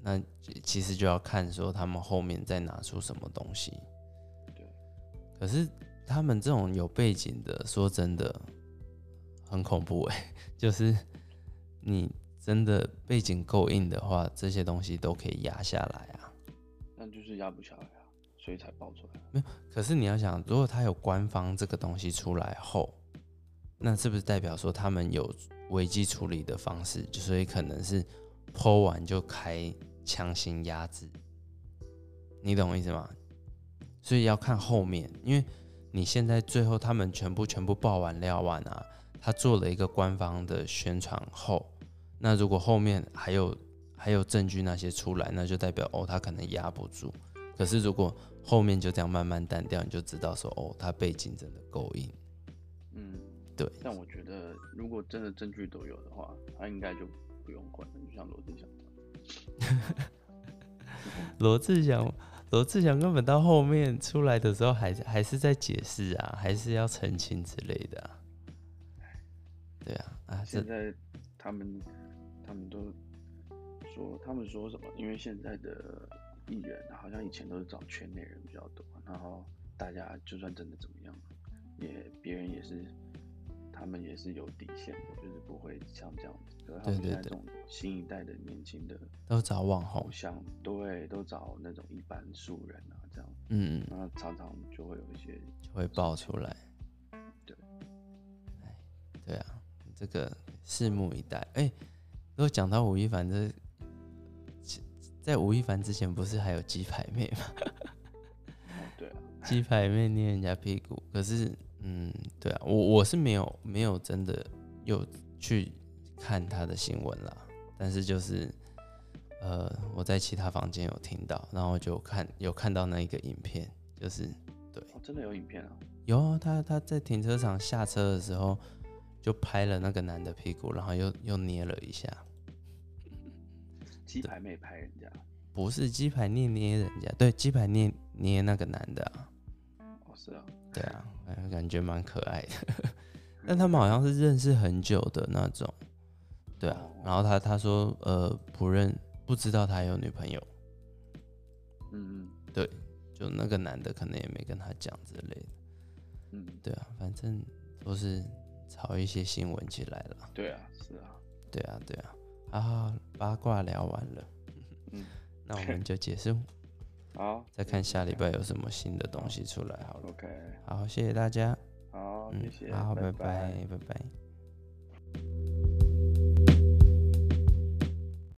Speaker 1: 那其其实就要看说他们后面再拿出什么东西。
Speaker 2: 对，
Speaker 1: 可是他们这种有背景的，说真的很恐怖哎、 就是你真的背景够硬的话，这些东西都可以压下来啊。
Speaker 2: 那就是压不下来啊，所以才爆出来啊。
Speaker 1: 可是你要想，如果他有官方这个东西出来后，那是不是代表说他们有危机处理的方式？就所以可能是剖完就开强行压制，你懂我意思吗？所以要看后面，因为你现在最后他们全部全部爆完料完啊，他做了一个官方的宣传后，那如果后面还有还有证据那些出来，那就代表哦他可能压不住。可是如果后面就这样慢慢淡掉，你就知道说哦，他背景真的够硬。
Speaker 2: 嗯，
Speaker 1: 对，
Speaker 2: 但我觉得如果真的证据都有的话，他应该就不用管了，就像罗志祥这样。
Speaker 1: 罗志祥，罗志祥根本到后面出来的时候还，还是在解释啊，还是要澄清之类的、啊。对啊，啊，这
Speaker 2: 现在他们他们都说他们说什么？因为现在的艺人啊好像以前都是找圈内人比较多，然后大家就算真的怎么样，也别人也是他们也是有底线的，就是不会像这样子。可是他们
Speaker 1: 对对
Speaker 2: 现在
Speaker 1: 对
Speaker 2: 这种新一代的年轻的
Speaker 1: 都找网红
Speaker 2: 偶，像，对，都找那种一般素人啊这样，
Speaker 1: 嗯，嗯，
Speaker 2: 那常常就会有一些
Speaker 1: 就会爆出来。
Speaker 2: 对
Speaker 1: 哎，对啊，这个拭目以待。哎、如果讲到吴亦凡这，其在吴亦凡之前不是还有鸡排妹吗？
Speaker 2: 哦对啊，
Speaker 1: 鸡排妹捏人家屁股，可是，嗯，对啊，我我是没有没有真的有去看他的新闻啦，但是就是，呃，我在其他房间有听到，然后就看有看到那一个影片，就是
Speaker 2: 哦真的有影片啊，
Speaker 1: 有啊他他在停车场下车的时候就拍了那个男的屁股，然后又又捏了一下，
Speaker 2: 鸡排妹拍人家，
Speaker 1: 不是鸡排捏捏人家，对，鸡排捏捏那个男的啊，
Speaker 2: 哦是啊，
Speaker 1: 对啊，呃感觉蛮可爱的。 但他们好像是认识很久的那种，对啊。然后他他说呃不认不知道他有女朋友，
Speaker 2: 嗯
Speaker 1: 就那个男的可能也没跟他讲之类的，
Speaker 2: 嗯嗯，
Speaker 1: 对啊，反正都是炒一些新闻起来了，
Speaker 2: 对啊是啊。
Speaker 1: 对啊对啊。啊，八卦聊完了，
Speaker 2: 嗯，
Speaker 1: 那我们就结束，
Speaker 2: 好，
Speaker 1: 再看下礼拜有什么新的东西出来好了。
Speaker 2: OK，
Speaker 1: 好，谢谢大家，
Speaker 2: 好，
Speaker 1: 嗯
Speaker 2: 谢，谢，
Speaker 1: 好，
Speaker 2: 拜
Speaker 1: 拜拜拜拜